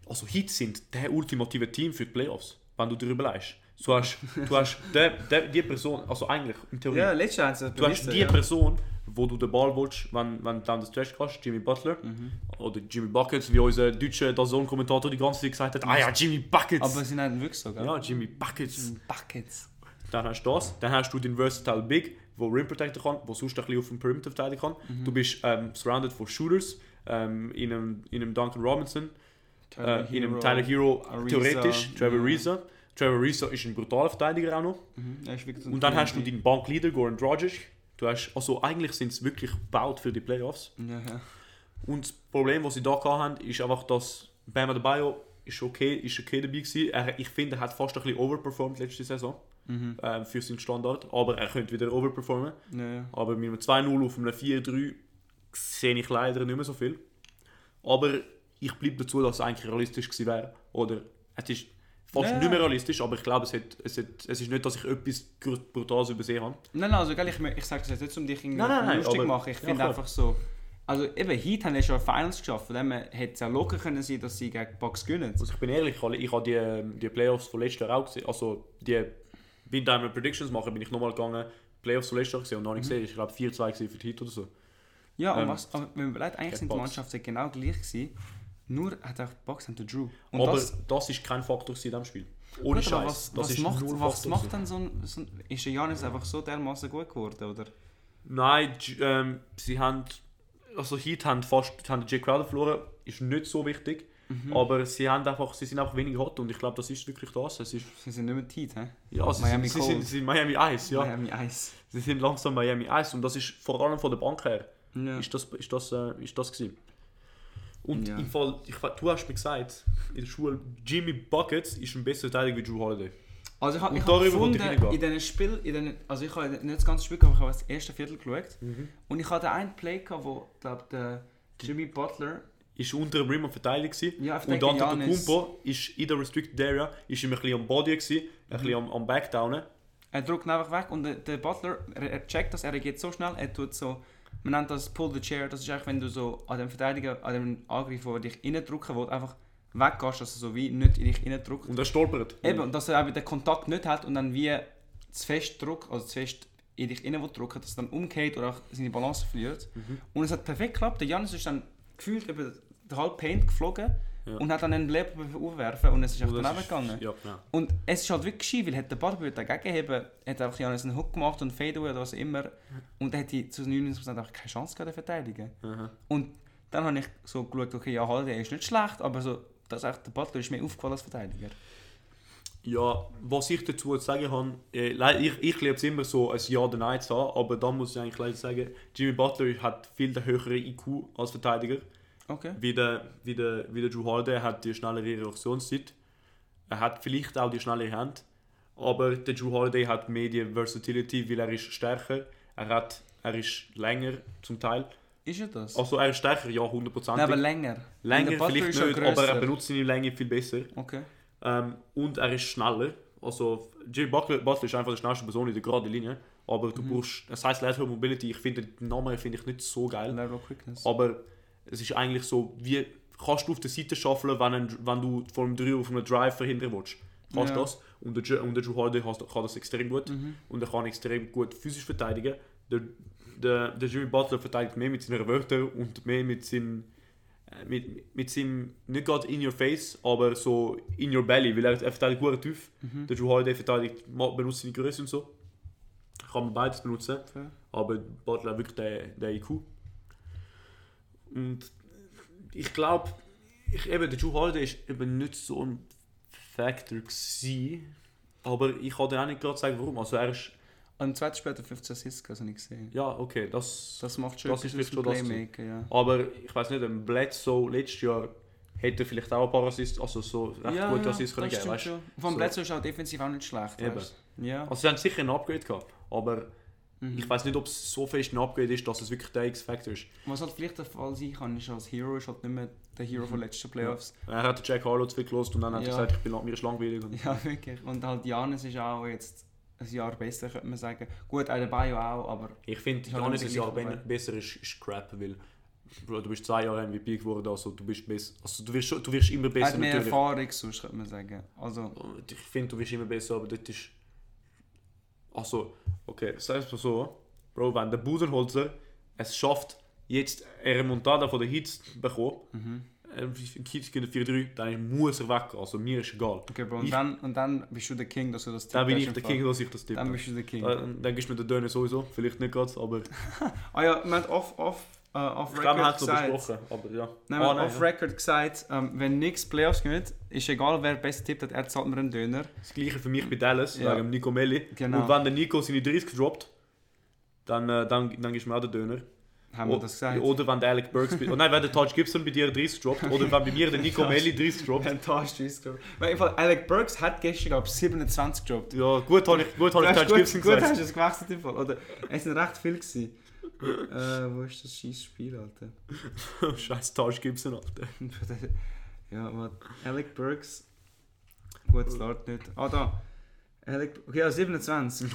Also, Heat sind der ultimative Team für die Playoffs, wenn du darüber leist. Du hast, du hast der, der, die Person, also eigentlich in Theorie,
ja, letztes Jahr hat es
du hast die Person, wo du den Ball willst, wenn, wenn du down the stretch gehst, Jimmy Butler
Mhm.
oder Jimmy Buckets, wie unser deutscher Dazon-Kommentator die ganze Zeit gesagt hat: Ah ja, Jimmy Buckets!
Mhm. Aber Mhm. sie haben wirklich so, gell?
ja, Jimmy Buckets.
Buckets.
Dann hast du das, dann hast du den Versatile Big, wo Rim Protector kann, wo sonst ein bisschen auf dem Perimeter verteidigen kann.
Mhm.
Du bist ähm, surrounded von Shooters, ähm, in, einem, in einem Duncan Robinson, äh, in einem Tyler Hero Mhm.
Ariza,
theoretisch, Trevor
ja.
Reza. Trevor Reza ist ein brutaler Verteidiger auch noch.
Mhm, er ist wirklich so ein
Und dann hast du
TNT.
deinen Bankleader Goran Dragic. Du hast, also eigentlich sind sie wirklich gebaut für die Playoffs.
Ja, ja.
Und das Problem, das sie da gehabt haben, ist einfach, dass Bam Adebayo ist okay, ist okay dabei gewesen. Er, ich finde, er hat fast ein bisschen overperformed letzte Saison
Mhm.
ähm, für seinen Standard. Aber er könnte wieder overperformen.
Ja, ja.
Aber mit einem 2-0 auf einem 4-3 sehe ich leider nicht mehr so viel. Aber ich bleibe dazu, dass es eigentlich realistisch gewesen wäre. Oder es ist fast
Ja.
nicht mehr realistisch, aber ich glaube, es, hat, es, hat, es ist nicht, dass ich etwas gr- Brutales übersehen habe.
Nein, nein, also gell, ich, ich sage das jetzt nicht, um dich irgendwie
Nein, nein, nein,
lustig zu
aber-
machen. Ich
ja,
finde
klar.
einfach so. Also, eben, Heat haben ja schon Finals geschafft. Von dem her hätte es ja locker können sein, dass sie gegen die Bucks gewinnen.
Also ich bin ehrlich, ich habe- ich habe die, die Playoffs von letztem Jahr auch gesehen. Also die Wind Diamond Predictions machen, bin ich nochmal gegangen. Playoffs von letztem Jahr gesehen und noch
Mhm.
nicht gesehen. Ich glaube 4-2 gewesen für die Heat oder so.
Ja, und
Ähm,
was, aber wenn man überlegt, eigentlich sind die
Bucks.
Mannschaften genau gleich gewesen. Nur hat auch die Bucks und der Drew. Und
aber
das,
das, ist kein Faktor gewesen in diesem Spiel. Ohne
Gut, aber
Scheiß.
was,
Das
was,
ist
macht,
null
was
Faktor
macht
gewesen.
denn so ein, so ein... Ist der Janis einfach so dermaßen gut geworden, oder?
Nein, J- ähm, sie haben. Also Heat haben fast haben Jay Crowder verloren, ist nicht so wichtig.
Mhm.
Aber sie, haben einfach, sie sind einfach weniger hot und ich glaube, das ist wirklich das. Es ist,
Sie sind nicht mehr tight, hä?
ja, sie,
Miami
sind, sie,
Cold.
sind, sie sind Miami Ice, ja.
Miami Ice.
Sie sind langsam Miami Ice und das ist vor allem von der Bank her.
Ja.
Ist das, ist das, äh, ist das gewesen. Und
Ja.
im Fall, ich, we- du hast mir gesagt, in der Schule, Jimmy Buckets ist ein besserer Verteidiger wie Drew Holiday.
Also ich habe
Und
ich hab
darüber wollte ich
gefunden,
reingehen.
in diesen Spiel, in diesen, also ich habe nicht das ganze Spiel gehabt, aber ich habe das erste Viertel geschaut.
Mhm.
Und ich hatte einen Play, gehabt, wo, glaube der Jimmy Butler...
Ist unter dem Rim am Verteidiger gewesen.
Ja,
Und
verteidiger
Antetokounmpo ist in der Restricted Area, ist ihm ein bisschen am Body gewesen,
Mhm.
ein bisschen am, am Backdownen.
Er drückt ihn einfach weg und der, der Butler, er, er checkt das, er reagiert so schnell, er tut so, man nennt das Pull the Chair, das ist eigentlich, wenn du so an dem Verteidiger, an dem Angriff, wo er dich reindrücken will, einfach weggehst, dass er so wie nicht in dich reindrückt.
Und er stolpert.
Eben, und dass er eben den Kontakt nicht hat und dann wie zu fest drückt, also zu fest in dich rein will drücken, dass er dann umgeht oder auch seine Balance verliert.
Mhm.
Und es hat perfekt geklappt, der Janis ist dann gefühlt über den halben Paint geflogen
Ja.
und hat dann einen Leber aufwerfen und es ist einfach
Und das
daneben
ist-
gegangen.
Ja, genau.
Und es ist halt wirklich gescheit, weil hätte der Butler dagegen gegeben, hätte einfach Janis einen Hook gemacht und Fadeaway oder was auch immer und hätte zu 99% einfach keine Chance gehabt, den verteidigen.
Aha.
Und dann habe ich so geschaut, okay, ja, Holiday ist nicht schlecht, aber so, das echt, der Butler ist mir aufgefallen als Verteidiger.
Ja, was ich dazu zu sagen habe, äh, le- ich, ich liebe es immer so, ein Ja oder Nein zu haben, aber da muss ich eigentlich leider sagen, Jimmy Butler hat viel den höheren IQ als Verteidiger.
Okay.
Wie der, wie der, wie der Drew Holiday er hat die schnellere Reaktionszeit. Er hat vielleicht auch die schnellere Hand, aber der Drew Holiday hat mehr die Versatility, weil er ist stärker. Er, hat, er ist länger zum Teil.
Ist er das?
Also er ist stärker, ja,
Nein, aber
100%.
länger.
Länger
der Butler
vielleicht
ist ja
nicht, aber er
grösser.
benutzt seine Länge viel besser.
Okay.
Ähm, und er ist schneller. Also, Jimmy Butler, Butler ist einfach die schnellste Person in der geraden Linie. Aber
Mhm.
du brauchst, das heißt Lateral Mobility, ich finde den Namen finde ich nicht so geil.
Lateral Quickness.
Aber es ist eigentlich so, wie kannst du auf der Seite schaffen, wenn, ein, wenn du vor einem 3 auf einem Drive verhindern willst. Kannst
Ja. Mhm.
das. Und der, Ju- und der Drew Holiday has- kann das extrem gut. Und er kann extrem gut physisch verteidigen. Der, der, der Jimmy Butler verteidigt mehr mit seinen Wörtern und mehr mit seinem äh, mit, mit seinem, nicht gerade in your face, aber so in your belly, weil er, er verteidigt gut tief. Der Drew Holiday verteidigt, ma- benutzt seine Größe und so. Kann man beides benutzen,
Fair.
aber Butler hat wirklich den, den IQ. Und ich glaube, ich, eben, der Drew Holiday ist eben nicht so ein Factor gewesen, aber ich kann dir auch nicht gerade sagen, warum. Also er ist,
Und zweite später 15 Assists, das habe ich gesehen.
ja, okay, das...
Das macht schon
Das
etwas
ist
aus dem
vielleicht schon das
Playmaker, ja.
Aber ich weiß nicht, ein Bledsoe letztes Jahr hätte vielleicht auch ein paar Assists, also so recht
ja,
gute
ja,
Assists können
das
geben,
stimmt
weißt du?
schon. Und Vom
So.
Bledsoe ist auch defensiv auch nicht schlecht,
Eben.
weißt du. Ja. Mhm.
Also sie haben sicher ein Upgrade gehabt, aber ich weiß nicht, ob es so fest ein Upgrade ist, dass es wirklich der X-Factor ist.
Was halt vielleicht der Fall sein kann, ist als Hero ist halt nicht mehr der Hero
Mhm.
von letzten Playoffs.
Er hat den Jack Harlow zu viel gelost und dann hat
Ja.
er gesagt, ich bin, mir ist langweilig. Und
Ja, wirklich. Und halt Janis ist auch jetzt ein Jahr besser, könnte man sagen. Gut, auch der Bio auch, aber
Ich finde,
Ich hab
Janis
nicht
ist ja
verglichen, aber-
besser ist, ist Crap, weil Bro, du bist zwei Jahre MVP geworden, also du bist besser, also du wirst, schon- du wirst immer
er
besser
hat mehr
natürlich.
Erfahrung sonst, könnte man sagen. Also,
Und Ich finde, du wirst immer besser, aber das ist... Also, okay, sag es mal so. Bro, wenn der Budenholzer es schafft, jetzt eine Remontada von den Hits zu bekommen,
Mhm.
ähm, die Hits gehen 4-3, dann muss er weg, also mir ist egal.
okay, Bro, und,
Ich-
dann, und dann bist du der King, dass du das
Dann bin
tippst
ich der
im Fall.
King, dass ich das tippe.
Dann
Dann,
bist du der King.
dann, gibst du mir den Döner sowieso, vielleicht nicht ganz, aber ich
Ah ja, wir haben off, off, äh, off
glaube, wir haben
record
es noch
gesagt.
besprochen, aber ja.
Nein, wir
Ah,
haben
nein,
off
ja.
record gesagt, ähm, wenn nichts Playoffs gewinnt, ist egal wer besser tippt hat, er zahlt mir einen Döner.
Das gleiche für mich bei Dallas,
Ja.
wegen dem Nico Melli.
Genau.
Und wenn der Nico seine 30 droppt, dann, äh, dann, dann gibst du mir auch den Döner.
Haben wir das gesagt?
Oder wenn der Alec Burks. bei- oh nein, wenn der Taj Gibson bei dir 30 droppt. Oder wenn bei mir der Nico Melli 30 droppt.
Fantastisch, ist glaube ich. Im Fall, Alec Burks hat gestern, glaube ich, 27 gedroppt.
Ja, gut habe ich, gut, hab ich
Das
Taj
ist gut,
Gibson
gut hast
gesagt.
du es gewechselt im Fall. Oder, es sind recht viel gewesen. äh, wo ist das scheiß Spiel, Alter?
Scheiß Taj Gibson, Alter.
ja, warte. Alec Burks. Gut, es lädt nicht. Ah, da. Alec, okay, ja, 27.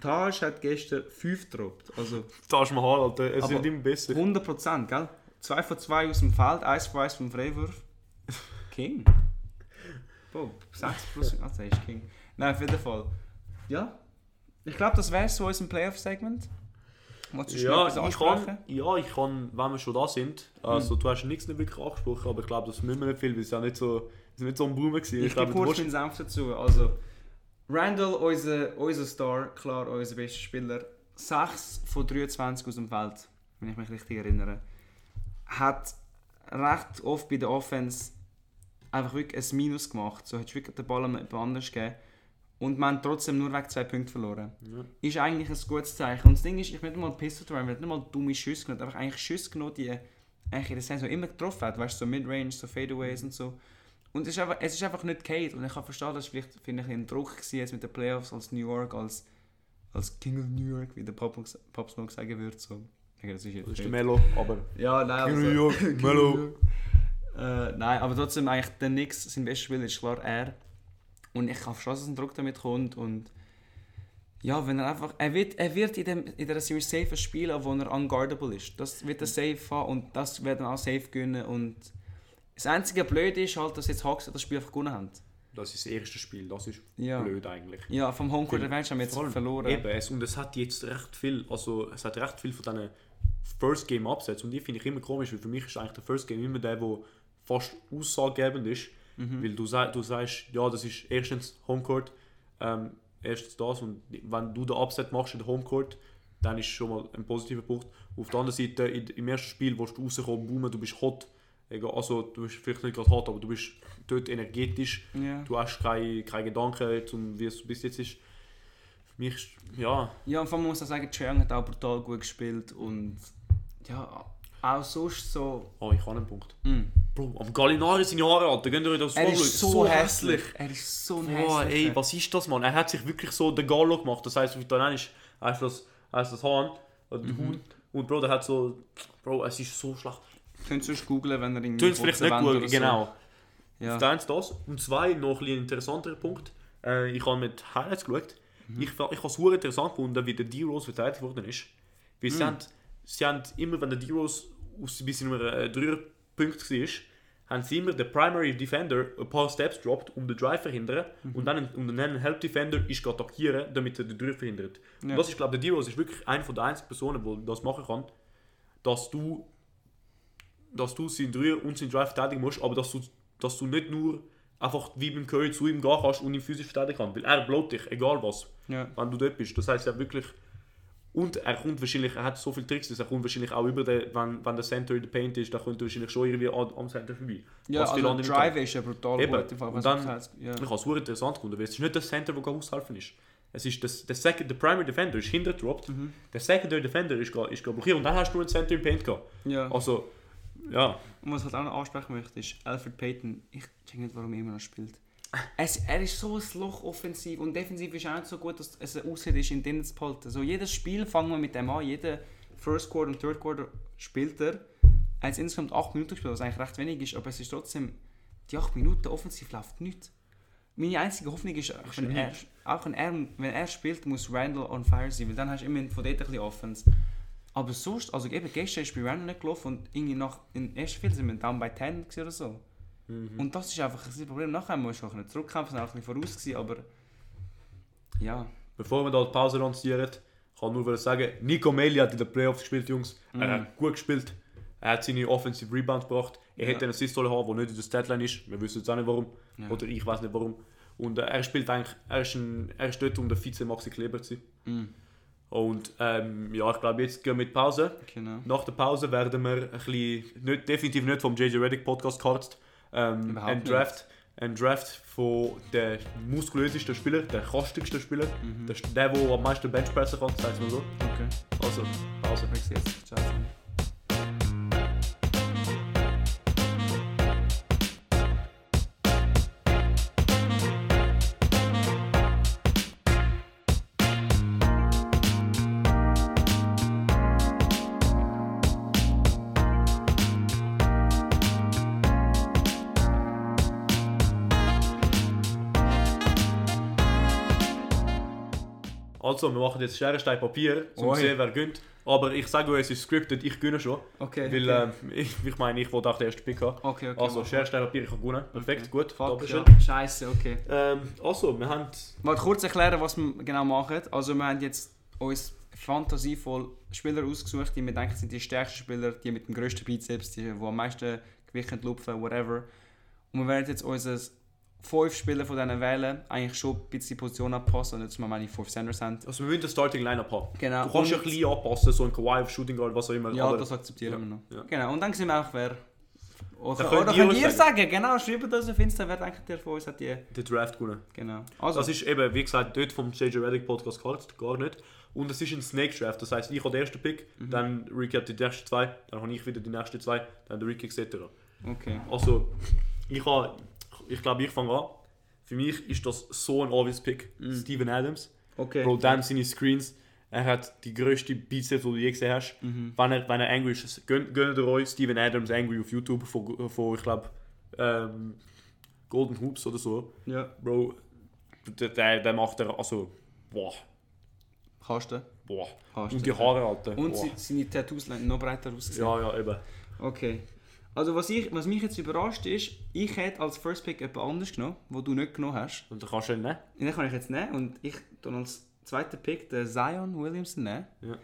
Taj hat gestern 5 gedroppt. Also
Taj Mahal, Alter. Es
Aber-
wird immer besser.
100%, gell? 2 von 2 aus dem Feld, 1 von 1 vom Freiwurf. King. Boah, 6 plus. Ah, das ist King. Nein, auf jeden Fall. Ja. Ich glaube, das wäre so unser Playoff-Segment. Wolltest du noch etwas
Ja, ich
ansprechen? Hm.
kann, ja, ich kann, wenn wir schon da sind, also du hast nichts nicht wirklich angesprochen, aber ich glaube, das müssen wir nicht viel, weil es ja nicht so, es ist nicht so ein Boom war.
Ich
Ich,
gebe
glaube, du
kurz
musst,
meinen Senf dazu. Also, Randall, unser, unser Star, klar, unser bester Spieler, 6 von 23 aus dem Feld, wenn ich mich richtig erinnere, hat recht oft bei der Offense einfach wirklich ein Minus gemacht. So hat wirklich den Ball an jemand anders gegeben. Und man hat trotzdem nur wegen zwei Punkten verloren. Ist eigentlich ein gutes Zeichen. Und das Ding ist, ich will nicht mal Pistol Drive, ich will nicht mal dumme Schüsse genommen, einfach eigentlich Schüsse genommen, die eigentlich in der Saison immer getroffen hat. Weißt du, so Midrange, so Fadeaways und so. Und es ist einfach, es ist einfach nicht Kate. Und ich kann verstehen, dass vielleicht finde ich ein Druck war jetzt mit den Playoffs als New York, als, als King of New York, wie der Pop, Pop Smoke sagen würde. So. Okay, das ist jetzt
das ist der
Hate.
Melo, aber...
Ja, nein,
New
also-
York, Melo.
äh, nein, aber trotzdem eigentlich der Nix, sein bester Spieler ist klar er. Und ich hoffe schon, dass ein Druck damit kommt und ja, wenn er einfach, er wird, er wird in, dem, in der Serie safe ein Spiel haben, wo er unguardable ist. Das wird er safe haben und das wird er auch safe gewinnen und das einzige Blöde ist halt, dass jetzt Hawks das Spiel einfach gewonnen haben.
Das ist das erste Spiel, das ist
Ja.
blöd eigentlich.
Ja, vom Homecourt Advantage haben wir jetzt
Voll.
verloren.
Eben, es, und es hat jetzt recht viel, also es hat recht viel von diesen First Game Upsets und die finde ich immer komisch, weil für mich ist eigentlich der First Game immer der, wo fast aussagegebend ist, weil du, sag, du sagst, ja, das ist erstens Homecourt, ähm, erstens das und wenn du den Upset machst in der Homecourt, dann ist schon mal ein positiver Punkt. Auf der anderen Seite, in, im ersten Spiel, wo du rauskommen, boomen, du bist hot, Egal, also du bist vielleicht nicht gerade hot, aber du bist dort energetisch,
Ja.
du hast keine, keine Gedanken, zum, wie es bis jetzt ist. Für mich, ist- ja,
Ja, und vor allem muss ich auch sagen, Chiang hat auch brutal gut gespielt und ja, auch sonst so...
Oh, ich habe einen Punkt.
Mm.
Bro, am Gallinari seine Haare, Alter. Geht euch das
Er
anschauen?
ist so, hässlich. Er ist so ein
Boah,
hässlicher.
ey, was ist das, Mann? Er hat sich wirklich so den Gallo gemacht. Das heisst, auf Italienisch heißt das, heißt das Hahn, oder der
Mhm.
Huhn. Und Bro, der hat so, Bro, es ist so schlecht.
Könntest du googeln, wenn ihr irgendwie.
Tönt vielleicht nicht
Boxen wollt
gut,
oder
genau.
So. Ja.
Auf der eins das. Und zwei, noch ein bisschen interessanterer Punkt. Äh, ich habe mit Highlights geschaut.
Mhm.
Ich, fa- ich habe es sehr interessant gefunden, wie der D-Rose verteidigt worden ist. Weil
Mhm.
sie, haben, sie haben immer, wenn der D-Rose aus bis in einem äh, Dreierpunkt war, haben sie immer den Primary Defender ein paar Steps gedroppt, um den Drive zu verhindern.
Mhm.
Und dann, und dann einen Help Defender ist zu attackieren, damit er den Drive verhindert.
Ja.
Und das ist, glaube ich, der D-Rose ist wirklich eine von der einzigen Personen, die das machen kann, dass du dass du seinen Dreier und seinen Drive verteidigen musst, aber dass du, dass du nicht nur einfach wie beim Curry zu ihm gehen kannst und ihn physisch verteidigen kannst, weil er blot dich, egal was,
Ja.
wenn du dort bist. Das heißt ja wirklich. Und er kommt wahrscheinlich, er hat so viele Tricks, dass er kommt wahrscheinlich auch über den, wenn, wenn der Center in der Paint ist, dann kommt er wahrscheinlich schon irgendwie an, am Center vorbei.
Ja,
Was viele
also
andere
Drive ist ja brutal
Eben.
gut. im Fall,
Und
was
dann-
du sagst. ja.
ich habe es super interessant gefunden, weil es ist nicht der Center, der aushelfen ist. Es ist das, der, Second, der Primary Defender ist hinterdroppt,
Mhm.
der Secondary Defender ist, gar- ist gar blockiert und dann hast du einen Center im Paint gehabt.
ja. Und
Also, ja.
was ich halt auch noch ansprechen möchte, ist Alfred Payton. Ich check nicht, warum er immer noch spielt. Es, er ist so ein Loch offensiv und defensiv ist auch nicht so gut, dass es aussieht, ist in denen zu behalten. So, jedes Spiel fangen wir mit dem an, jeder First Quarter und Third Quarter spielt er. Er hat insgesamt 8 Minuten gespielt, was eigentlich recht wenig ist, aber es ist trotzdem, die 8 Minuten offensiv läuft nichts. Meine einzige Hoffnung ist, wenn er, auch wenn er, wenn er spielt, muss Randall on fire sein, weil dann hast du immerhin von dort ein bisschen Offense. Aber sonst, also eben gestern ist bei Randall nicht gelaufen und irgendwie nach in ersten Viertel sind wir down by 10 gewesen oder so. Und das ist einfach ein Problem. Nachher musst du auch nicht zurückkämpfen, auch ein bisschen voraus gewesen, aber ja.
Bevor wir da die Pause lancieren, kann ich nur wieder sagen, Nico Meli hat in den Playoffs gespielt, Jungs.
Mhm.
Er hat gut gespielt. Er hat seine Offensive Rebound gebracht. Er
Ja.
hätte einen Assist sollen haben, der nicht in der Statline ist. Wir wissen jetzt auch nicht warum.
Ja.
Oder ich weiß nicht warum. Und äh, er spielt eigentlich, er ist, ein, er ist dort um den Vize-Maxi Kleber zu sein.
Mm,
Und ähm, ja, ich glaube, jetzt gehen wir mit Pause.
Genau.
Nach der Pause werden wir ein bisschen, nicht, definitiv nicht vom JJ Reddick Podcast geharzt, ähm,
Überhaupt
ein
nicht.
Draft, ein Draft von der muskulösesten Spieler, der kostigsten Spieler,
Mhm.
der, der, der am meisten Benchpressen kann, sagt mal so.
Okay.
Also, Pause.
Wir sehen uns. Ciao zusammen.
Also, wir machen jetzt Schere, Stein, Papier, um
Oi.
zu sehen, wer gönnt. Aber ich sage euch, es ist scripted, ich gönne schon.
Okay.
Weil,
okay.
ähm, ich, ich meine, ich wollte auch den ersten Pick haben.
okay, okay.
also,
mach.
Schere, Stein, Papier, ich habe gewonnen. Perfekt, gut.
Fuck,
Dankeschön.
ja. Scheiße, okay.
Ähm, also, wir haben
Mal kurz erklären, was wir genau machen. Also wir haben jetzt uns fantasievoll Spieler ausgesucht, die wir denken sind die stärksten Spieler, die mit dem grössten Bizeps, die, die am meisten Gewicht können lupfen whatever. Und wir werden jetzt unsere fünf Spieler von denen wählen, eigentlich schon ein bisschen die Position anpassen, nicht dass wir meine fünf Senders haben.
Also wir müssen den Starting Lineup haben.
Genau.
Du kannst ja ein
Und-
bisschen anpassen, so ein Kawhi auf Shooting Guard, was auch immer.
Ja,
aber
das akzeptieren wir noch.
Ja.
Genau, und dann sehen wir auch wer... Oder,
könnt
oder
ihr
könnt
uns
ihr sagen. genau, schreibt uns auf Insta, wer denkt ihr von uns hat die...
der Draft gewonnen.
Genau. Also,
Das ist eben, wie gesagt, dort vom JJ Reddick Podcast gehalten, gar nicht. Und es ist ein Snake Draft, das heißt, ich habe den ersten Pick,
Mhm.
dann Ricky hat die ersten zwei, dann habe ich wieder die nächsten zwei, dann der Ricky etc.
okay.
Also, ich habe, ich glaube, ich fange an. Für mich ist das so ein obvious Pick,
Mhm.
Steven Adams.
Okay.
Bro, dann seine Screens. Er hat die grösste Bizeps, die du je gesehen hast.
Mhm.
Wenn, er, wenn er angry ist, gönnt gönnt ihr euch Steven Adams Angry auf YouTube von, von ich glaube, ähm, Golden Hoops oder so.
Ja.
Bro, der, der, der macht er, also, boah,
Kannst du.
boah.
Kannst du.
Und die Haare, Alter.
Und
boah.
sie, seine Tattoos lassen noch breiter aus.
Ja, ja, eben.
Okay. Also was, ich, was mich jetzt überrascht ist, ich hätte als First Pick jemand anders genommen, wo du nicht genommen hast.
Und dann kannst du ne?
Und
ihn nehmen.
den kann ich jetzt nehmen und ich dann als zweiten Pick den Zion Williamson nehmen.
Ja.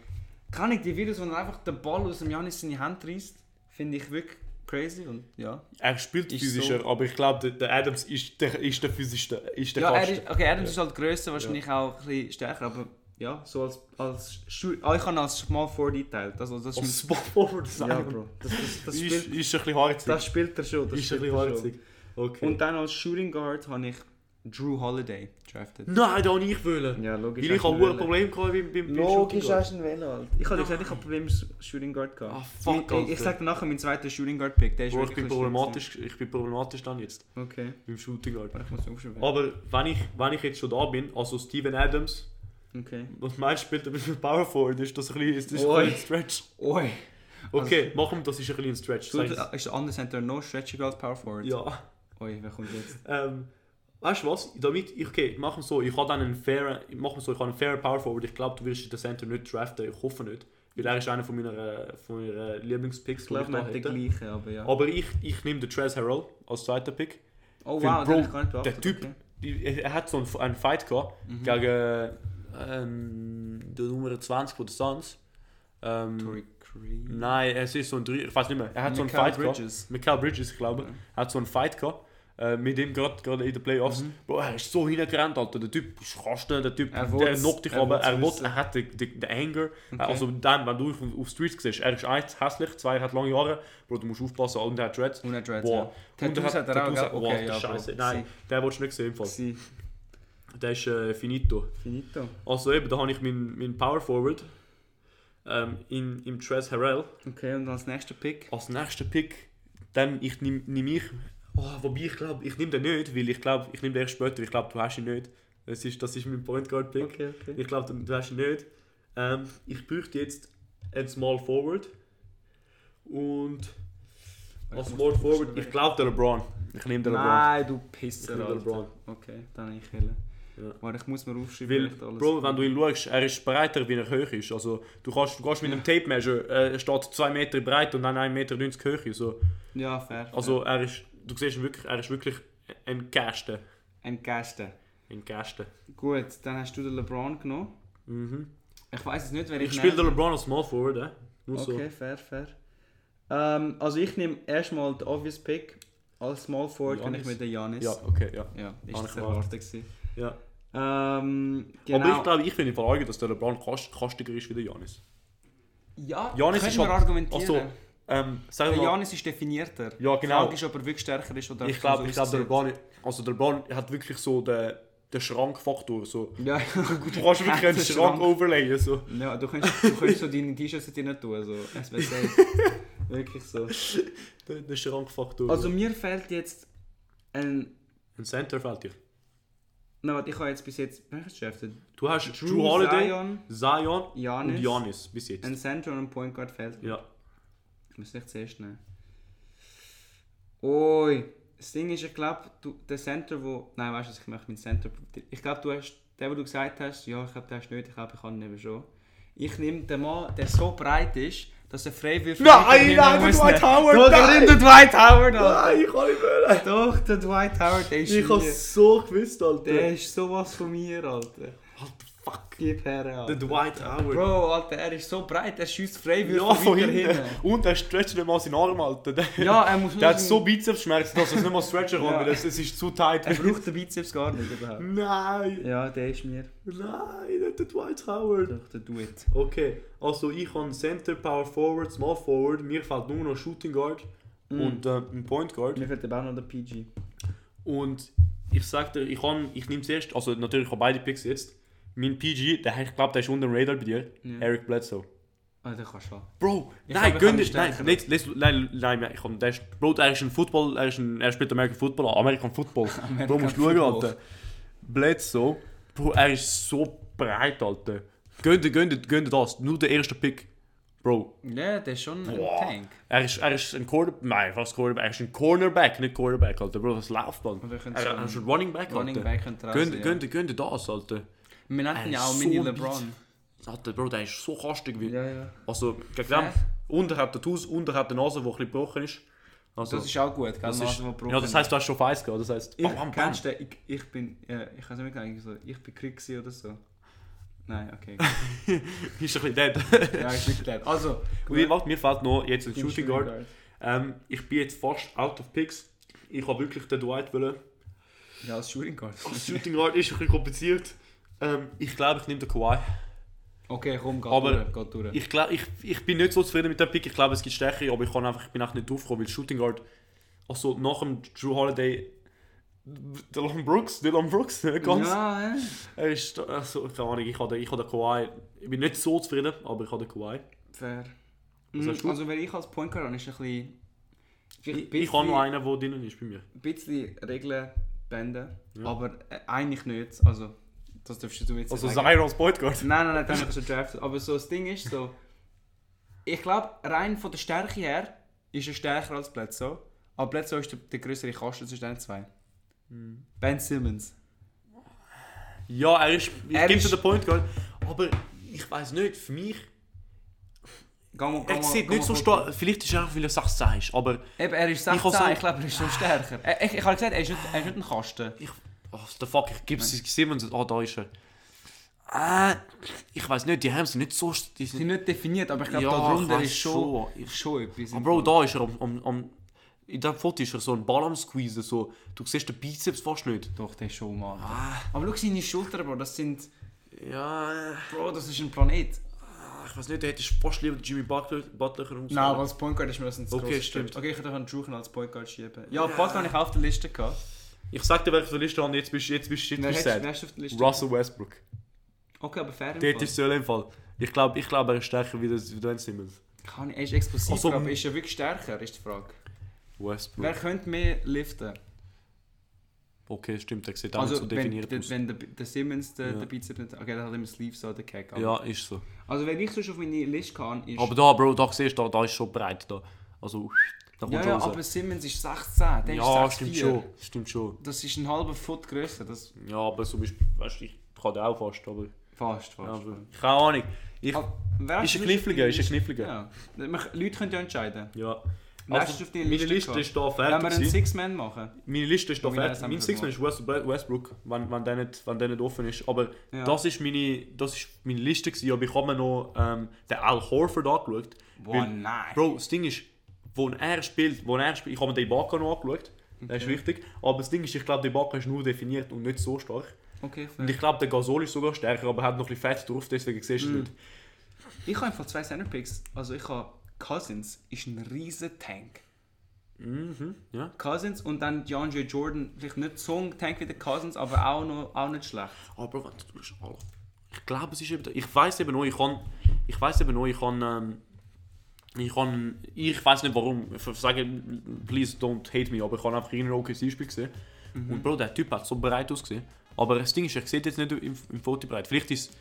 Kann ich die Videos, wo er einfach den Ball aus dem Janis seine Hand reißt, finde ich wirklich crazy und ja.
Er spielt
Ist
physischer,
so.
aber ich glaube, der, der Adams ist der, ist der physischste. Ist der
ja, er
krasseste.
ist, okay, Adams ist halt grösser, wahrscheinlich auch ein bisschen stärker, aber ja, so als, als Schu- ah, ich habe ihn als Small 4 geteilt. Also das
Auf
ist
Small Forward
mein,
sein.
ja, Bro. Das, das, das,
Ist, ist ein
spielt,
bisschen harzig.
das spielt er schon. Das
ist ein
spielt
bisschen
er schon.
harzig. Okay.
Und dann als Shooting Guard habe ich Drew Holiday drafted.
Nein, da nicht wollen.
Ja, logisch.
Weil ich habe ein Problem gehabt beim, beim, beim Shooting Guard.
du Velo, Alter. Ich habe dir gesagt, ich habe Probleme mit Shooting Guard gehabt.
Ah, fuck,
ich, ich, ich
Alter.
sag dir nachher meinen zweiten Shooting Guard Pick. Der ist
Bro, ich
wirklich
bin
ein bisschen
problematisch, ich bin problematisch dann jetzt
schlimm. Okay,
beim Shooting Guard.
aber ich muss aufschreiben.
Aber wenn ich, wenn ich jetzt schon da bin, also Steven Adams,
Okay.
Was meinst du, spielt er ein bisschen Power Forward? Ist das ein bisschen, ist das ein,
Oi. Also-
bisschen ein Stretch?
Oi!
Okay, machen wir das, ist ein bisschen ein Stretch.
Du,
Sag's.
ist der andere Center noch stretchiger als Power Forward?
Ja.
Oi, wer kommt jetzt?
Ähm, weißt du was? Damit ich, okay, machen wir so, ich habe dann einen fairen, ich mache so, ich habe einen fairen Power Forward. Ich glaube, du wirst den Center nicht draften, ich hoffe nicht. Weil er ist einer von meiner, von meiner Lieblingspicks,
Ich
die ich
glaube,
da
man hat den
hätte.
gleichen, aber ja.
Aber ich, ich nehme den Trez Harrell als zweiter Pick.
Oh
Phil
wow,
Bro,
den hab ich gar nicht beachtet.
der Typ.
okay.
Die- Er er hat so einen, einen Fight gehabt
Mhm.
gegen ähm, die Nummer 20 von den Suns. Ähm,
Torrey Creed.
nein, es ist so ein Dreier, ich weiß nicht mehr. Er hat so einen
Mikal
Fight gehabt.
Bridges.
Mikael Bridges, ich glaube.
Ja.
Er hat so einen Fight gehabt. Äh, mit ihm gerade gerade in den Playoffs.
Mhm.
Bro, er ist so hingerannt, Alter. Der Typ ist Kasten, der Typ,
Er
der
wollt's-
knockt dich
er
aber,
wollt's
er, will,
wissen.
er hat den, den, den Anger.
Okay.
Also dann, wenn du auf, auf Streets siehst, er ist eins hässlich, zwei er hat lange Haare, Bro, du musst aufpassen und er hat Dreads.
Und er dreads,
Boah.
ja.
Und er
Tattoos hat er auch,
Tattoos
gell?
hat- Boah,
Okay, ja,
Scheiße.
Bro.
Nein, den willst du nicht sehen im Fall.
Sie.
Der ist äh, finito.
Finito.
Also eben, da habe ich meinen meinen Power Forward ähm, in, im Trez Harrell.
Okay, und als nächster Pick.
Als nächster Pick, dann ich nehme nehm ich... Oh, wobei ich glaube, ich nehme den nicht, weil ich glaube, ich nehme den erst später. Ich glaube, du hast ihn nicht. Das ist, das ist mein Point Guard Pick.
okay.
Ich glaube, du, du hast ihn nicht. Ähm, ich bräuchte jetzt einen Small Forward. Und als Small Forward, ich glaube den LeBron. Ich nehme den LeBron.
Nein, du
Ich
Pisser,
nehme den
Alter.
LeBron.
Okay, dann ich helle.
Ja.
Aber ich muss mir aufschreiben,
Weil,
nicht alles.
Bro, wenn du ihn schaust, er ist breiter, wie er hoch ist. Also, du, kannst, du gehst mit einem Tape Measure, äh, er steht 2 Meter breit und dann 1,90 Meter hoch. So.
Ja, fair.
Also, er ist, du siehst ihn wirklich, er ist wirklich ein Käste.
Ein Gäste.
Ein Käste.
Gut, dann hast du den LeBron genommen.
Mhm.
Ich weiß es nicht, wer ich
Ich spiele den
nehme.
LeBron als Small Forward, eh? Nur
Okay, fair, fair. Ähm, also ich nehme erstmal den obvious Pick als Small Forward und ich
Giannis.
mit den Janis.
so. Ja, okay, ja.
ja ist
Habe
das
ich erwartet.
erwartet gewesen.
ja.
Ähm, genau.
Aber ich glaube, ich finde in Frage, dass der LeBron kost- kostiger ist wie der Janis.
ja,
Giannis
kannst
ist
du mir
halt-
argumentieren.
Also, ähm, sag
der
mal,
Janis ist definierter.
Ja,
Die
genau.
Frage ist, ob er wirklich stärker ist oder
ich glaube,
so
ich glaube, der
aussieht.
LeBron, also der LeBron hat wirklich so den, den Schrankfaktor. So.
Ja,
Du kannst wirklich einen also. Schrank overlayen. So.
Ja, du kannst, du kannst so deine T-Shirts drin tun, so. Es wäre safe. Wirklich so.
Der, der Schrankfaktor.
Also mir fehlt jetzt ein...
ein Center fehlt dir.
Nein, warte, ich habe jetzt bis jetzt... Wer hat's geschafft?
Du hast Drew,
Drew,
Holiday, Zion,
Zion,
und
Giannis,
Janis bis jetzt.
ein Center und ein Point Guard fehlt.
ja.
Ich muss nicht zuerst nehmen. Oi. Das Ding ist, ich glaube, du- der Center, wo... Nein, weißt du, was ich möchte mit Center... Ich glaube, du hast... Der, wo du gesagt hast, ja, ich glaube, den hast du nicht. Ich glaube, ich kann ihn eben schon. Ich nehme den Mann, der so breit ist, dass er frei wird.
Nein, nein, der Dwight Howard,
Doch, ich
nein.
nehme den Dwight Howard, Alter.
ich kann nicht mehr.
Doch, der Dwight Howard, der ist mir.
so gewusst, Alter.
Der ist sowas von mir, Alter.
What the fuck?
Gib her, Alter.
Der Dwight Howard.
Bro, Alter, er ist so breit, er schießt frei wie
ja, von hinten. Und er stretcht nicht mal seinen Arm, Alter. Der,
Ja, er muss
der hat
nur
so
seinen-
Bizepsschmerzen, dass er es nicht mal stretchen kann,
Ja.
weil es, es ist zu tight.
Er braucht den Bizeps gar nicht überhaupt.
Nein,
Ja, der ist mir.
nein, nicht der Dwight Howard.
Doch, der Duet.
Okay, also ich habe Center, Power Forward, Small Forward, mir fehlt nur noch Shooting Guard
Mm.
und ähm, ein Point Guard.
Mir fehlt der auch noch der PG.
Und ich sag dir, ich, han- ich nehme zuerst, also natürlich habe beide Picks jetzt. Mein PG, der, ich glaube, der ist unter dem Radar bei dir.
Ja.
Eric Bledsoe.
Ah, den kannst du schon.
Bro,
Ich
nein,
glaub, ich kann
gönn dir.
mich
Nein,
stärker.
let's, let's, nein, nein, nein, ich hab, der ist, Bro, er ist ein Football, er, ist ein, er spielt American Football, American Football. Bro, musst du schauen,
Football.
Alter. Bledsoe, Bro, er ist so breit, Alter. Gönn dir, gönn dir, gönn dir das. Nur der erste Pick. Bro,
Ja, der ist schon
Boah.
ein Tank.
Er ist, er ist ein Quarterback, nein, was Quarterback, er ist ein Cornerback, nicht Quarterback, Alter, Bro, was läuft dann?
wir können
Er,
so
er ist
einen
ein Running Back,
Running
Alter.
Back könnte er auch
Gönn,
sein, ja.
gönn, gönn dir das, Alter.
Wir nannten
Er
ja
ist
auch
so
Mini
ein
LeBron.
Alter, Bro, der ist so kastig wie...
Ja, ja.
Also, gegen
Fair.
den, unterhalb der Taus, unterhalb der Nase, die ein bisschen gebrochen ist. Also,
Das ist auch gut, gell?
das
Nase,
ist-
die gebrochen
ja, das heisst, du hast schon auf Eis gehabt, das heisst...
Ich,
bam, bam, bam.
kennst du den? Ich, ich bin. Äh, ich kann es nicht mehr sagen, so, ich bin Krieg gewesen oder so. Nein, okay.
Ist ein bisschen dead.
ja, ist nicht klar. Also,
Und ich, warte, mir fehlt noch jetzt ein
Shooting
Shooting Guard. Ähm, ich bin jetzt fast out of picks. Ich habe wirklich den Dwight wollen.
Ja, als Shooting Guard.
Das Shooting Guard ist ein bisschen kompliziert. Ähm, ich glaube, ich nehme den Kawhi.
Okay, komm, geht
Aber
durch. Geht durch.
Ich, glaub, ich, ich bin nicht so zufrieden mit dem Pick. Ich glaube, es gibt Stärke, aber ich, kann einfach, ich bin einfach nicht draufgekommen, weil Shooting Guard, also nach dem Drew Holiday, Dylan Brooks, Dylan Brooks, ne, ganz.
Ja, hä?
Er ist, also, keine Ahnung, ich habe den, ich habe den Kawhi. Ich bin nicht so zufrieden, aber ich habe den Kawhi.
fair.
Was
Mm,
hast du?
Also, wenn ich als Point Guard habe, ist ein bisschen. vielleicht
Ich, ich habe noch einen, der drinnen ist bei mir.
bisschen Regeln bänden,
Ja.
aber äh, eigentlich nicht. Also, Das darfst du jetzt
Also
sagen.
Zion als Point
Nein, nein, nein, den habe ich schon drafted. Aber so, das Ding ist so, ich glaube, rein von der Stärke her ist er stärker als Bledsoe. Aber Bledsoe ist der, der größere Kasten zwischen den zwei. Ben Simmons.
Ja, er ist. Ich
Er
gebe
ist-
dir den Point Guard. Aber ich weiß nicht, für mich.
Geh mal, geh
Er
mal-
sieht
geh
nicht so
mal-
stark. Vielleicht ist er auch, weil er Sachen ist, aber.
Eben, er ist
Ich kann
16,
sagen-
ich, glaube, er ist schon stärker. Äh, Ich, ich habe gesagt, er ist nicht, er ist nicht ein Kasten.
Ich, oh, the fuck, ich gebe es Simmons. Ah, da ist er. Ah, ich weiß nicht, die haben sie nicht so. Die
Sie sind
sind,
nicht definiert, aber ich glaube,
Ja,
da drunter
ich weiss
ist schon,
schon. Ich-
schon etwas.
aber Bro, da ist er am. am, am in diesem Foto ist er so ein Ball am Squeezen. So. Du siehst den Bizeps fast nicht.
Doch, der ist schon mal. Aber schau seine Schultern, Bro, das sind.
Ja. äh,
Bro, das ist ein Planet.
Ich weiß nicht, der hätte fast lieber Jimmy Butler, Butler können
Nein, aber als Point Guard ist mir das ein zu
Okay,
grosses
stimmt.
Stück. Okay, ich hätte auch einen Druchen als Point Guard schieben. Ja, Butler habe ich auf der Liste gehabt.
Ich sag dir, welche auf der Liste habe. Jetzt bist du jetzt bist, jetzt
Wer
bist
hättest-
du
wer
sad.
hast du auf der Liste?
Russell Westbrook.
Okay, aber fair im
Dort
Fall.
ist es im Fall. Ich glaube, ich glaub, er ist stärker wie das- wie Ben Simmons.
Kann ich, er ist explosiv,
Ach so,
aber
m-
ist er wirklich stärker, ist die Frage. Wer
Westbrook.
könnte mehr liften?
Okay, stimmt, er sieht auch
Also,
nicht so
wenn,
definiert
der,
aus.
wenn der, der Simmons den
Ja.
den Bizeps nicht... Okay, der hat immer Sleeves oder den Keg. aber-
Ja, ist so.
Also, wenn ich sonst auf meine Liste kann, ist...
Aber da, Bro, da siehst du, da, da ist schon breit. Da. Also, da kommt
ja,
ja,
ja,
raus.
aber Simmons ist 16, der
ja,
ist 6'4".
stimmt schon. Stimmt schon.
Das ist ein halber Foot grösser, das...
Ja, aber so bist weißt du, ich kann den auch fast, aber.
Fast,
Ja,
fast.
aber keine Ahnung. Ich,
Aber wer
ist
hast
ein
du
Kniffliger, ist ein Kniffliger. Ja.
Ja. Man- Leute können ja entscheiden. Wer
Also,
ist auf deiner
meine
Liste
Liste
gehabt?
ist da
Wenn wir
fertig.
einen
gewesen.
Six-Man machen.
Meine Liste ist da
Wie lange
fertig.
haben wir
Mein Sixman
verbraucht?
ist West- Westbrook, wenn, wenn, der nicht, wenn der nicht offen ist. Aber
Ja.
das ist meine, das ist meine Liste. Gewesen. Aber ich habe mir noch ähm, den Al Horford angeschaut.
Boah, nein.
Bro, das Ding ist, wo er spielt, wo er spielt ich habe mir den Ibaka noch angeschaut. Der ist wichtig. Aber das Ding ist, ich glaube, der Ibaka ist nur definiert und nicht so stark.
Okay,
Und ich glaube, der Gasol ist sogar stärker, aber er hat noch ein bisschen Fett drauf, deswegen siehst du es nicht.
Ich habe einfach zwei Center Picks. Also ich habe Cousins ist ein riesen Tank.
Mhm, Ja.
Cousins und dann DeAndre Jordan, vielleicht nicht so ein Tank wie der Cousins, aber auch, noch, auch nicht schlecht.
Aber wenn du schaust, Alter, ich glaube, es ist eben. Ich weiß eben noch, ich kann. Ich weiß eben noch, ich kann. Ähm, ich kann. Ich weiß nicht warum. Ich sage, please don't hate me, aber ich habe einfach irgendein OKC-Spiel gesehen.
Mhm.
Und Bro, der Typ hat so breit ausgesehen. Aber das Ding ist, ich sehe ihn jetzt nicht im, im Foto breit. Vielleicht ist.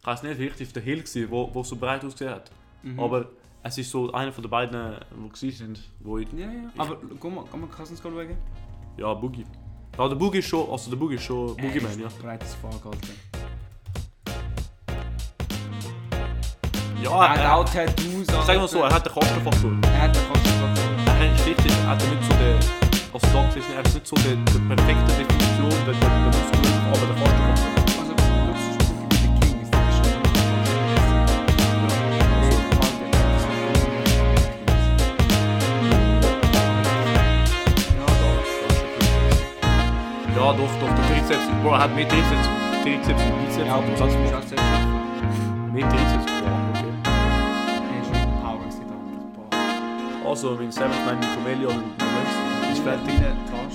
Ich weiß nicht, vielleicht ist der Hill, gewesen, wo, wo so breit ausgesehen hat.
Mhm.
Aber es ist so einer von den beiden, die gesehen sind, wo ich,
Ja, ja. Aber guck mal, kann man Cousins schauen?
Ja, Boogie. Ja, der Boogie ist schon. Also der Boogie ist schon. Boogie Man, ja.
Breites Fuck, Alter.
Ja,
er hat
er,
auch Tattoos, Alter.
Ah, äh, sag mal so, er hat den Kostenfaktor.
Er hat den Cousins
Er ist richtig, er hat nicht so den, als Doktor ist er jetzt nicht so der, der perfekte Definition, der, der, der Muskel, aber der Kostenfaktor.
Also, das ist wirklich wie der King, ist der schon.
Ja, doch, doch, der Trizeps, Bro, er hat mehr Trizeps, Trizeps und Bizeps.
Ja, aber sonst
Mehr
schaut es ja.
Trizeps, Bro, okay. Also, mein Seventh Man, mein Comelio und mein Lenz ist fertig.
Aber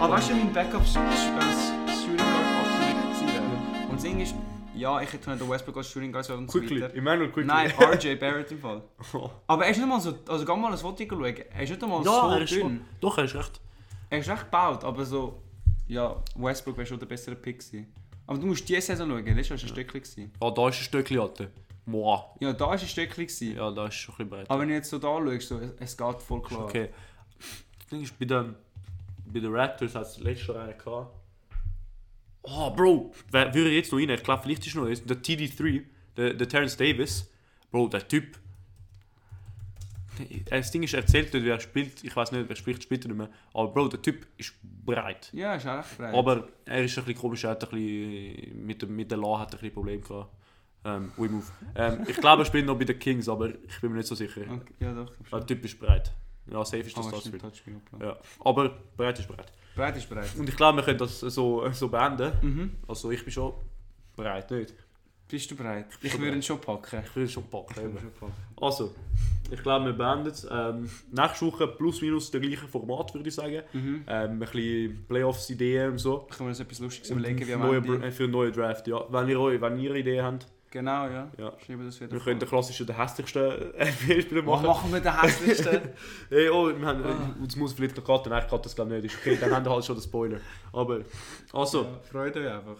Ah, weißt du, mein Backup ist Shooting Guard Und das Ding ist, ja, ich hätte den Westbrook als Shooting Guard sollen und so weiter.
Emmanuel, quickly.
Nein, RJ Barrett im Fall. Aber er ist nicht mal so, also geh mal ein Foto schauen, er ist nicht mal so
ja, er ist
dünn.
schon, doch, er ist recht.
Er ist recht gebaut, aber so, ja, Westbrook wäre schon der bessere Pick gewesen. Aber du musst diese Saison schauen, letztes Jahr war ein Stöckchen. gewesen.
Ja, Ah, da ist ein Stückchen Alte. Moa.
Ja, da war ein Stöckchen. gewesen.
Ja, da ist schon ein bisschen breit.
Aber wenn du jetzt so da schaust, so, es, es geht voll klar.
Okay. Das Ding ist, bei den, bei den Raptors hat es letztes Jahr einen gehabt. Oh, Bro, wer würde jetzt noch rein? Ich glaube, vielleicht ist noch jetzt der TD3, der, der Terence Davis. Bro, der Typ. Der- Das Ding ist, er erzählt nicht, wer spielt. Ich weiß nicht, wer spielt, spielt er nicht mehr. Aber Bro, der Typ ist breit.
Ja, ist auch recht breit.
Aber er ist ein bisschen komisch, er hat ein bisschen, mit, dem, mit der La hat er ein bisschen Probleme gehabt. Ähm, we move. Ähm, ich glaube, er spielt noch bei den Kings, aber ich bin mir nicht so sicher.
Okay, ja, Ah, doch. ich
Der
glaub schon.
Typ ist breit. Ja, safe ist das
Aber es
das
ist
Spiel.
ein Touchspiel.
Ja, aber bereit ist bereit.
Breit ist breit.
Und ich glaube, wir können das so, so beenden.
Mhm.
Also ich bin schon bereit, nicht?
Bist du bereit? Ich
bin
würde ihn
bereit.
schon packen.
Ich will schon packen.
Ich würde
eben.
schon packen.
Also, ich glaube, wir beenden es. Ähm, nächste Woche plus minus das gleiche Format, würde ich sagen.
Mhm.
Ähm, ein bisschen Playoffs-Ideen und so.
Können wir uns etwas Lustiges
Und
überlegen, wie am
neue Br-
Ende.
äh, für einen neuen Draft, ja. Wenn ihr, euch- wenn ihr Ideen habt,
Genau, ja.
Ja.
Schreiben wir das wieder.
wir
vor.
können den klassischen, den hässlichsten
Was
NBA-Spieler machen.
machen wir den hässlichsten?
Hey, oh, wir haben,
Ah.
äh, das muss vielleicht noch cutten. Nein, ich cut das glaube ich nicht. Ist okay, dann haben wir halt schon den Spoiler. Aber, also.
ja, freut euch einfach.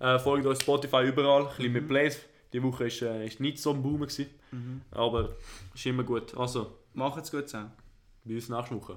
Äh, folgt uns Spotify überall, ein bisschen mit Plays. Die Woche ist, äh, ist nicht so ein Boom, gewesen,
Mhm.
aber ist immer gut. Also,
Macht's gut zusammen.
bis nächste Woche.